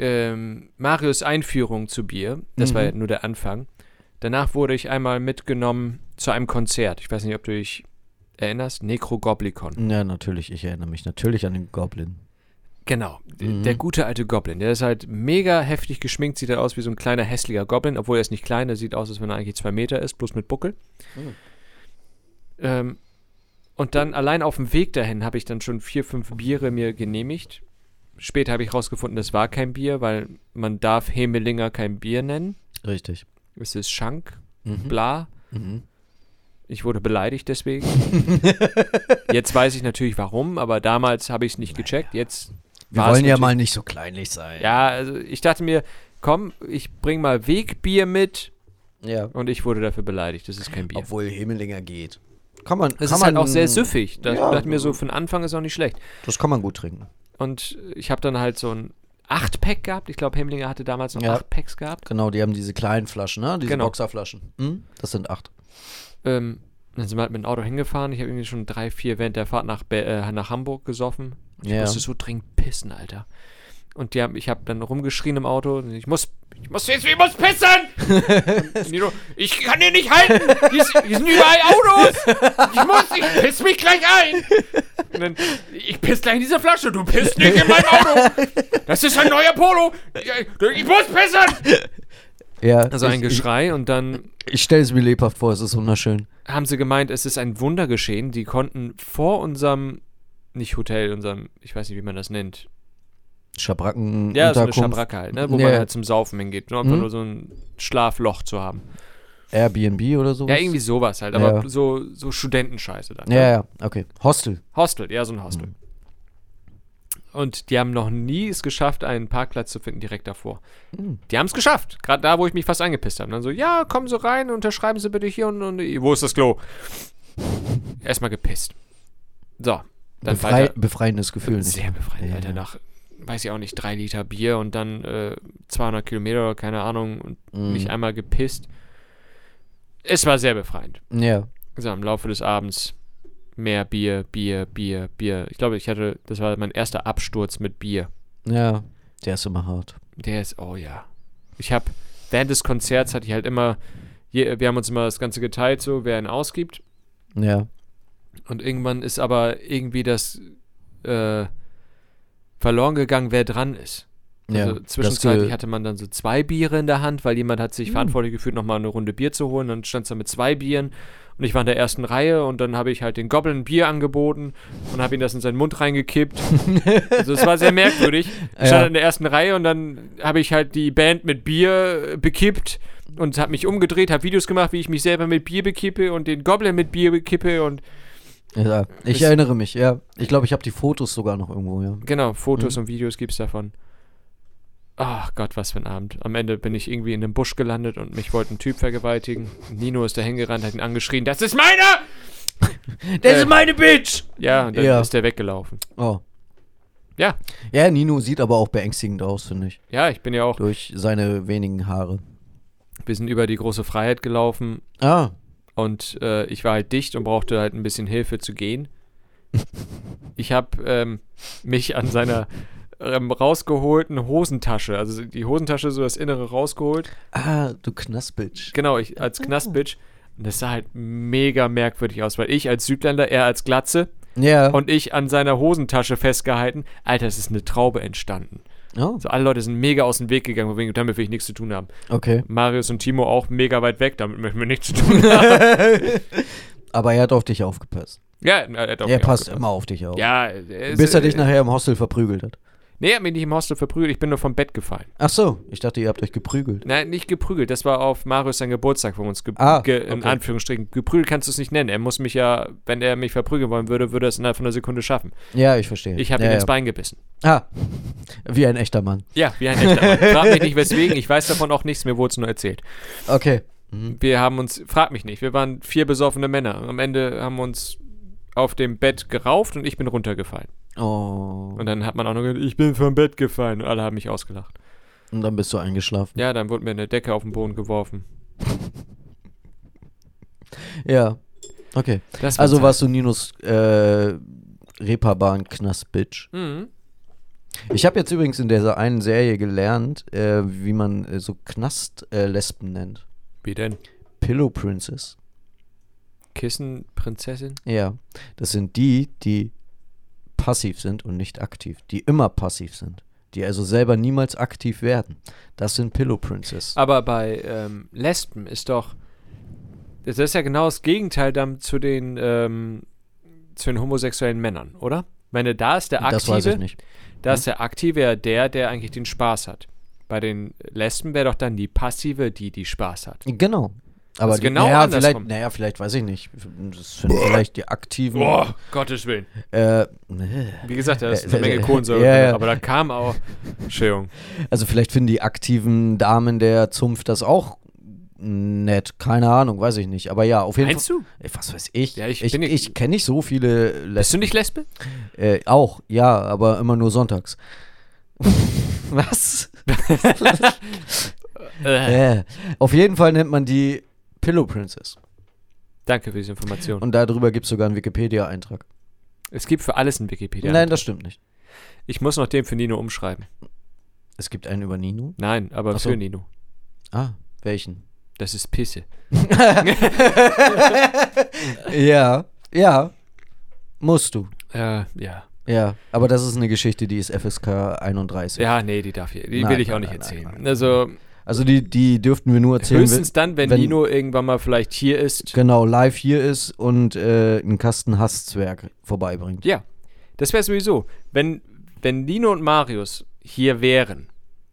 ähm, Marius Einführung zu Bier. Das Mhm. war ja nur der Anfang. Danach wurde ich einmal mitgenommen zu einem Konzert. Ich weiß nicht, ob du dich erinnerst. Necrogoblicon. Ja, natürlich. Ich erinnere mich natürlich an den Goblin. Genau. D- Mhm. Der gute alte Goblin. Der ist halt mega heftig geschminkt, sieht halt aus wie so ein kleiner hässlicher Goblin, obwohl er ist nicht klein, der sieht aus, als wenn er eigentlich zwei Meter ist, bloß mit Buckel. Mhm. Ähm, und dann allein auf dem Weg dahin habe ich dann schon vier, fünf Biere mir genehmigt. Später habe ich rausgefunden, das war kein Bier, weil man darf Hemelinger kein Bier nennen. Richtig. Es ist Schank, Mhm. bla. Mhm. Ich wurde beleidigt deswegen. Jetzt weiß ich natürlich warum, aber damals habe ich es nicht gecheckt. Jetzt Wir war es wollen ja natürlich- mal nicht so kleinlich sein. Ja, also ich dachte mir, komm, ich bring mal Wegbier mit ja. und ich wurde dafür beleidigt. Das ist kein Bier. Obwohl Hemelinger geht. Kann man, Das kann ist halt man, auch sehr süffig. Da Ja. dachte mir so, für den Anfang ist auch nicht schlecht. Das kann man gut trinken. Und ich habe dann halt so ein 8-Pack gehabt. Ich glaube, Hemlinger hatte damals noch Ja. 8-Packs gehabt. Genau, die haben diese kleinen Flaschen, ne? Diese Genau. Boxerflaschen. Hm? Das sind acht. Ähm, dann sind wir halt mit dem Auto hingefahren. Ich habe irgendwie schon drei, vier während der Fahrt nach, Be äh, nach Hamburg gesoffen. Ich Ja. musste so dringend pissen, Alter. Und die haben, ich habe dann rumgeschrien im Auto. und Ich muss, ich muss jetzt, ich muss pissen! Und Nino, ich kann den nicht halten! Hier, ist, hier sind überall Autos! Ich muss, ich piss mich gleich ein! Und dann, ich piss gleich in diese Flasche, du pisst nicht in mein Auto! Das ist ein neuer Polo! Ich, ich muss pissen! Ja, Also ein ich, ich, Geschrei und dann ich stelle es mir lebhaft vor, es ist wunderschön. haben sie gemeint, es ist ein Wunder geschehen. Die konnten vor unserem, nicht Hotel, unserem, ich weiß nicht, wie man das nennt. Schabracken, Ja, so eine Unterkunft. Schabracke halt, ne? wo Ja. man halt zum Saufen hingeht. Nur einfach Mhm. nur so ein Schlafloch zu haben. Airbnb oder so? Ja, irgendwie sowas halt, aber Ja. so, so Studentenscheiße dann. Ja, ja, okay. Hostel. Hostel, ja, so ein Mhm. Hostel. Und die haben noch nie es geschafft, einen Parkplatz zu finden direkt davor. Mhm. Die haben es geschafft. Gerade da, wo ich mich fast angepisst habe. Dann so, ja, kommen Sie rein, unterschreiben Sie bitte hier und, und äh, wo ist das Klo? Erstmal gepisst. So, dann Befrei weiter. befreiendes Gefühl. nicht? Sehr befreiend, Ja, Alter. ja. Nach, weiß ich auch nicht, drei Liter Bier und dann äh, 200 Kilometer oder keine Ahnung und Mhm. nicht einmal gepisst. Es war sehr befreiend. Ja. So, Genau, im Laufe des Abends mehr Bier, Bier, Bier, Bier. Ich glaube, ich hatte, das war mein erster Absturz mit Bier. Ja. Der ist immer hart. Der ist, oh ja. Ich habe, während des Konzerts hatte ich halt immer, je, wir haben uns immer das Ganze geteilt, so, wer einen ausgibt. Ja. Und irgendwann ist aber irgendwie das äh, verloren gegangen, wer dran ist. ja. Also Das zwischenzeitlich Ge- hatte man dann so zwei Biere in der Hand, weil jemand hat Hm. sich verantwortlich gefühlt, nochmal eine Runde Bier zu holen. Dann stand es da mit zwei Bieren und ich war in der ersten Reihe und dann habe ich halt den Goblin ein Bier angeboten und habe ihm das in seinen Mund reingekippt. also es war sehr merkwürdig. Ich Ja. stand in der ersten Reihe und dann habe ich halt die Band mit Bier äh, bekippt und habe mich umgedreht, habe Videos gemacht, wie ich mich selber mit Bier bekippe und den Goblin mit Bier bekippe und Ja, ich Ist- erinnere mich, ja. Ich glaube, ich habe die Fotos sogar noch irgendwo, ja. Genau, Fotos und Videos gibt's davon. Ach Gott, was für ein Abend. Am Ende bin ich irgendwie in einem Busch gelandet und mich wollte ein Typ vergewaltigen. Nino ist da hingerannt, hat ihn angeschrien, das ist meiner! Das Äh. ist meine Bitch! Ja, und dann Ja. ist der weggelaufen. Oh. Ja. Ja, Nino sieht aber auch beängstigend aus, finde ich. Ja, ich bin ja auch, Durch seine wenigen Haare. wir sind über die große Freiheit gelaufen Ah, und äh, ich war halt dicht und brauchte halt ein bisschen Hilfe zu gehen. Ich habe ähm, mich an seiner ähm, rausgeholten Hosentasche, also die Hosentasche so das Innere rausgeholt ah, du Knaspitsch. Genau, ich Oh. als Knastbitch. Und das sah halt mega merkwürdig aus, weil ich als Südländer, er als Glatze Ja. und ich an seiner Hosentasche festgehalten. Alter, es ist eine Traube entstanden. oh, So, alle Leute sind mega aus dem Weg gegangen, wegen, damit will ich nichts zu tun haben. okay. Marius und Timo auch mega weit weg, damit möchten wir nichts zu tun haben. Aber er hat auf dich aufgepasst. ja, na, er hat auf er mich passt aufgepasst. immer auf dich auf. Ja, er ist- äh, Bis er dich nachher im Hostel verprügelt hat. Nee, er hat mich nicht im Hostel verprügelt, ich bin nur vom Bett gefallen. Ach so, ich dachte, ihr habt euch geprügelt. Nein, nicht geprügelt, das war auf Marius sein Geburtstag, wo wir uns ge Ah, ge in okay. Anführungsstrichen geprügelt kannst du es nicht nennen. Er muss mich ja, wenn er mich verprügeln wollen würde, würde er es innerhalb von einer Sekunde schaffen. Ja, ich verstehe. Ich habe ja, ihn ja. ins Bein gebissen. Ah, wie ein echter Mann. Ja, wie ein echter Mann. Frag mich nicht weswegen, ich weiß davon auch nichts, mir wurde es nur erzählt. Okay. Mhm. Wir haben uns, frag mich nicht, wir waren vier besoffene Männer. Am Ende haben wir uns auf dem Bett gerauft und ich bin runtergefallen. Oh. Und dann hat man auch noch gesagt, ich bin vom Bett gefallen. Und alle haben mich ausgelacht. Und dann bist du eingeschlafen. Ja, dann wurde mir eine Decke auf den Boden geworfen. Ja. Okay. Das war Also Zeit. warst du Ninos äh, Reeperbahn-Knast-Bitch. Mhm. Ich habe jetzt übrigens in dieser einen Serie gelernt, äh, wie man äh, so Knast-Lesben äh, Lesben nennt. Wie denn? Pillow Princess. Kissenprinzessin? Ja. Das sind die, die passiv sind und nicht aktiv. Die immer passiv sind. Die also selber niemals aktiv werden. Das sind Pillow Princess. Aber bei ähm, Lesben ist doch. Das ist ja genau das Gegenteil dann zu den, ähm, zu den homosexuellen Männern, oder? Ich meine, da ist der Ah, Aktive. das weiß ich nicht. ne? Da ist der Aktive ja der, der eigentlich den Spaß hat. Bei den Lesben wäre doch dann die Passive, die die Spaß hat. Genau. Aber Also die, genau naja, andersrum. vielleicht, naja, vielleicht weiß ich nicht. Das sind vielleicht die aktiven. Gottes Willen. Äh, Wie gesagt, da ist eine Äh, Menge äh, Kohlensäure, ja, drin, ja. aber da kam auch. Entschuldigung. Also vielleicht finden die aktiven Damen der Zunft das auch nett. Keine Ahnung, weiß ich nicht. Aber ja, auf jeden Meinst Fall. du? Ey, Was weiß ich? Ja, ich ich bin- ich kenne nicht so viele Bist du Lesben. nicht Lesbe? Äh, auch, ja, aber immer nur sonntags. Was? äh, auf jeden Fall nennt man die Pillow Princess. Danke für diese Information. Und darüber gibt es sogar einen Wikipedia-Eintrag. es gibt für alles einen Wikipedia. Nein, das stimmt nicht. Ich muss noch den für Nino umschreiben. Es gibt einen über Nino. Nein, aber Ach so. für Nino. Ah, welchen? Das ist Pisse. Ja, ja. Musst du. Äh, ja. Ja, aber das ist eine Geschichte, die ist FSK 31. Ja, nee, die darf ich. Die Nein, will ich auch nein, nicht nein, erzählen. nein, nein. Also Also die, die dürften wir nur erzählen, wenn, höchstens dann, wenn, wenn- Nino irgendwann mal vielleicht hier ist. genau live hier ist und äh, einen Kasten Hasszwerg vorbeibringt. Ja, das wäre sowieso. Wenn, wenn Nino und Marius hier wären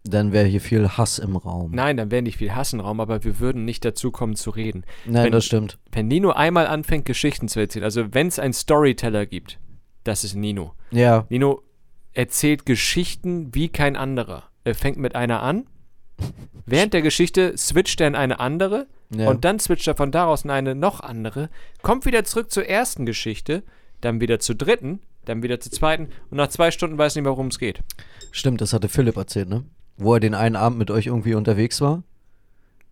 dann wäre hier viel Hass im Raum. Nein, dann wäre nicht viel Hass im Raum, aber wir würden nicht dazu kommen zu reden. Nein, wenn- das stimmt. Wenn Nino einmal anfängt, Geschichten zu erzählen, also wenn es einen Storyteller gibt, das ist Nino. Ja, Nino erzählt Geschichten wie kein anderer. Er fängt mit einer an, während der Geschichte switcht er in eine andere Ja. und dann switcht er von daraus in eine noch andere, kommt wieder zurück zur ersten Geschichte, dann wieder zur dritten, dann wieder zur zweiten und nach zwei Stunden weiß nicht mehr, worum es geht. stimmt, das hatte Philipp erzählt, ne? Wo er den einen Abend mit euch irgendwie unterwegs war.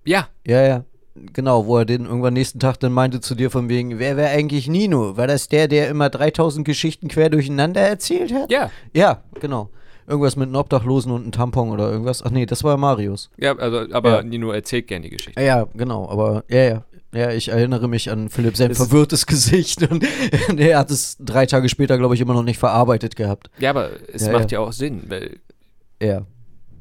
Ja, Ja, ja. Genau, wo er den irgendwann nächsten Tag dann meinte zu dir von wegen, wer wäre eigentlich Nino? War das der, der immer 3000 Geschichten quer durcheinander erzählt hat? ja, Ja, genau. Irgendwas mit einem Obdachlosen und einem Tampon oder irgendwas. Ach nee, das war Marius. ja also, aber Ja. Nino erzählt gerne die Geschichte. Ja, Ja, genau, aber ja, ja. Ja, ich erinnere mich an Philipp sein Es- verwirrtes Gesicht und er hat es drei Tage später, glaube ich, immer noch nicht verarbeitet gehabt. Ja, aber es Ja, macht ja. ja. auch Sinn, weil, Ja,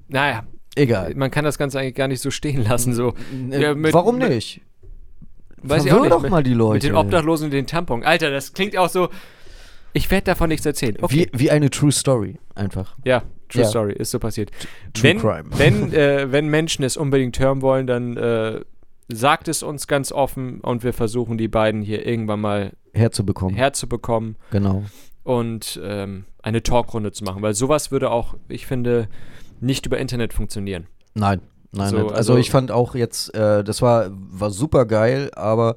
naja, egal. man kann das Ganze eigentlich gar nicht so stehen lassen. So. Ja, mit- Warum mit- nicht? Weiß ich Verwirr auch nicht. doch mit- mal die Leute. Mit den Obdachlosen und den Tampon. Alter, das klingt auch so. Ich werde davon nichts erzählen. Okay. Wie, wie eine True Story einfach. Ja, True Ja. Story, ist so passiert. True wenn, Crime. Wenn, äh, wenn Menschen es unbedingt hören wollen, dann äh, sagt es uns ganz offen und wir versuchen, die beiden hier irgendwann mal Herzubekommen. herzubekommen genau. und ähm, eine Talkrunde zu machen. Weil sowas würde auch, ich finde, nicht über Internet funktionieren. Nein, nein. So, nein. Also, also- ich fand auch jetzt, äh, das war, war super geil, aber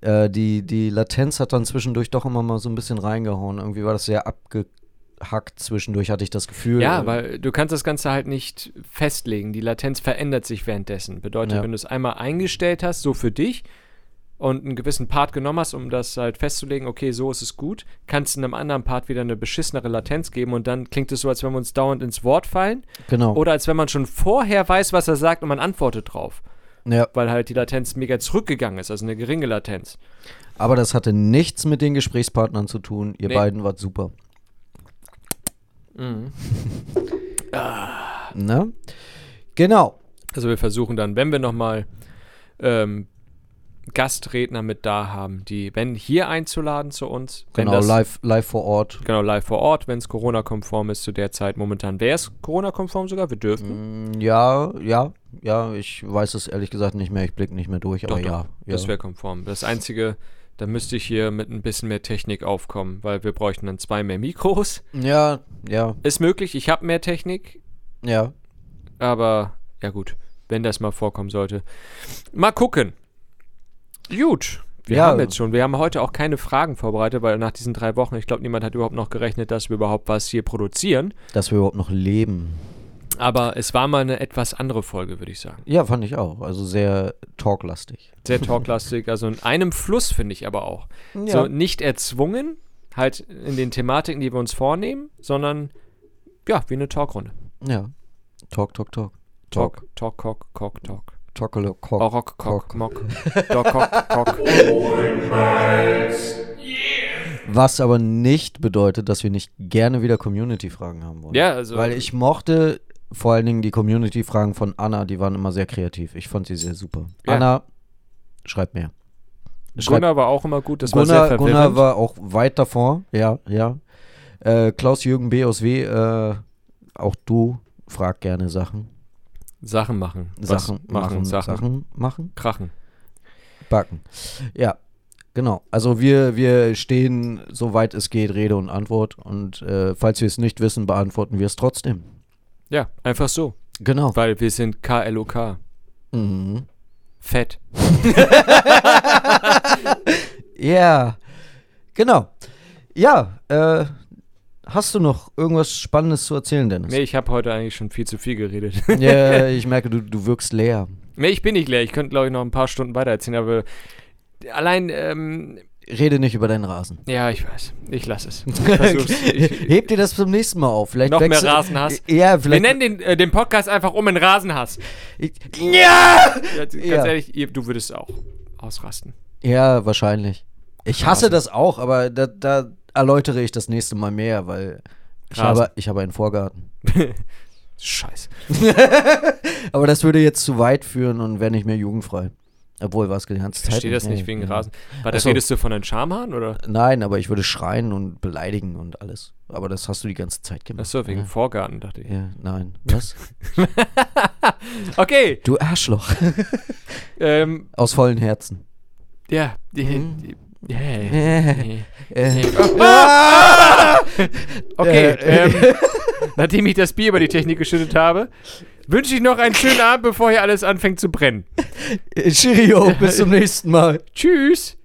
äh, die, die Latenz hat dann zwischendurch doch immer mal so ein bisschen reingehauen. Irgendwie war das sehr abgehackt zwischendurch, hatte ich das Gefühl. Ja, weil du kannst das Ganze halt nicht festlegen. Die Latenz verändert sich währenddessen. Bedeutet, Ja. wenn du es einmal eingestellt hast, so für dich und einen gewissen Part genommen hast, um das halt festzulegen, okay, so ist es gut, kannst in einem anderen Part wieder eine beschissenere Latenz geben und dann klingt es so, als wenn wir uns dauernd ins Wort fallen Genau. oder als wenn man schon vorher weiß, was er sagt und man antwortet drauf, ja. weil halt die Latenz mega zurückgegangen ist, also eine geringe Latenz. Aber das hatte nichts mit den Gesprächspartnern zu tun. Ihr Nee. Mhm. beiden wart super. Ne? Genau. Also wir versuchen dann, wenn wir nochmal ähm, Gastredner mit da haben, die, wenn hier einzuladen zu uns, wenn Genau, das, live, live vor Ort. genau live vor Ort, wenn es Corona-konform ist zu der Zeit momentan. Wäre es Corona-konform sogar? Wir dürfen. Mm, Ja, ja, ja, ich weiß es ehrlich gesagt nicht mehr. Ich blicke nicht mehr durch, aber ja. ja. Das wäre konform. Das Einzige, da müsste ich hier mit ein bisschen mehr Technik aufkommen, weil wir bräuchten dann zwei mehr Mikros. ja, ja, Ist möglich, ich habe mehr Technik, ja. aber ja gut, wenn das mal vorkommen sollte. Mal gucken. Gut. Wir Ja. haben jetzt schon, wir haben heute auch keine Fragen vorbereitet, weil nach diesen drei Wochen, ich glaube, niemand hat überhaupt noch gerechnet, dass wir überhaupt was hier produzieren. Dass wir überhaupt noch leben. Aber es war mal eine etwas andere Folge, würde ich sagen. Ja, fand ich auch. Also sehr talklastig. Sehr talklastig, also in einem Fluss finde ich aber auch. Ja. So nicht erzwungen, halt in den Thematiken, die wir uns vornehmen, sondern ja, wie eine Talkrunde. Ja. Talk, talk, talk. Talk, talk, talk, talk, talk. Talk, talk. Barock, Kock, Kock. Mock, Dockok, Kock. Was aber nicht bedeutet, dass wir nicht gerne wieder Community-Fragen haben wollen. Ja, also- Weil ich mochte vor allen Dingen die Community-Fragen von Anna, die waren immer sehr kreativ. Ich fand sie sehr super. Ja. Anna, schreib mehr. Gunnar war auch immer gut, das war Gunnar, sehr Gunnar verwirrend. war auch weit davor. Ja, ja. Äh, Klaus-Jürgen B. aus W. Äh, auch du frag gerne Sachen. Sachen machen. Was Sachen machen, machen, Sachen. Sachen machen. Krachen. Backen. Ja, genau. Also wir, wir stehen, soweit es geht, Rede und Antwort. Und äh, falls wir es nicht wissen, beantworten wir es trotzdem. Ja, einfach so. Genau. Weil wir sind KLOK. Mhm. Fett. Ja, genau. Ja, äh, hast du noch irgendwas Spannendes zu erzählen, Dennis? Nee, ich habe heute eigentlich schon viel zu viel geredet. Ja, ich merke, du, du wirkst leer. nee, ich bin nicht leer. Ich könnte, glaube ich, noch ein paar Stunden weitererzählen, aber allein, ähm, Rede nicht über deinen Rasen. ja, ich weiß. Ich lasse es. Ich versuch's. Ich, Heb dir das zum nächsten Mal auf. Vielleicht Noch mehr wechsel- Rasenhass? Ja, wir vielleicht. nennen den, äh, den Podcast einfach um in Rasenhass. ja! Ganz Ja. ehrlich, ihr, du würdest auch ausrasten. Ja, wahrscheinlich. Ich hasse das auch, aber da, da erläutere ich das nächste Mal mehr, weil ich Rasen. habe, ich habe einen Vorgarten. Scheiße. Aber das würde jetzt zu weit führen und wäre nicht mehr jugendfrei. Obwohl, war es die ganze Ich Zeit. verstehe das nicht Nee, wegen nee. Rasen. Warte, Ach so. redest du von einem Schamhahn oder? Nein, aber ich würde schreien und beleidigen und alles. Aber das hast du die ganze Zeit gemacht. Achso, wegen ja. Vorgarten, dachte ich. ja, nein. Was? Okay, Du Arschloch. ähm, Aus vollen Herzen. ja. Mhm. Yeah. Äh, äh. Ah! Okay, Äh, ähm, nachdem ich das Bier über die Technik geschüttet habe, wünsche ich noch einen schönen Abend, bevor hier alles anfängt zu brennen. Cheerio, bis zum nächsten Mal. Tschüss.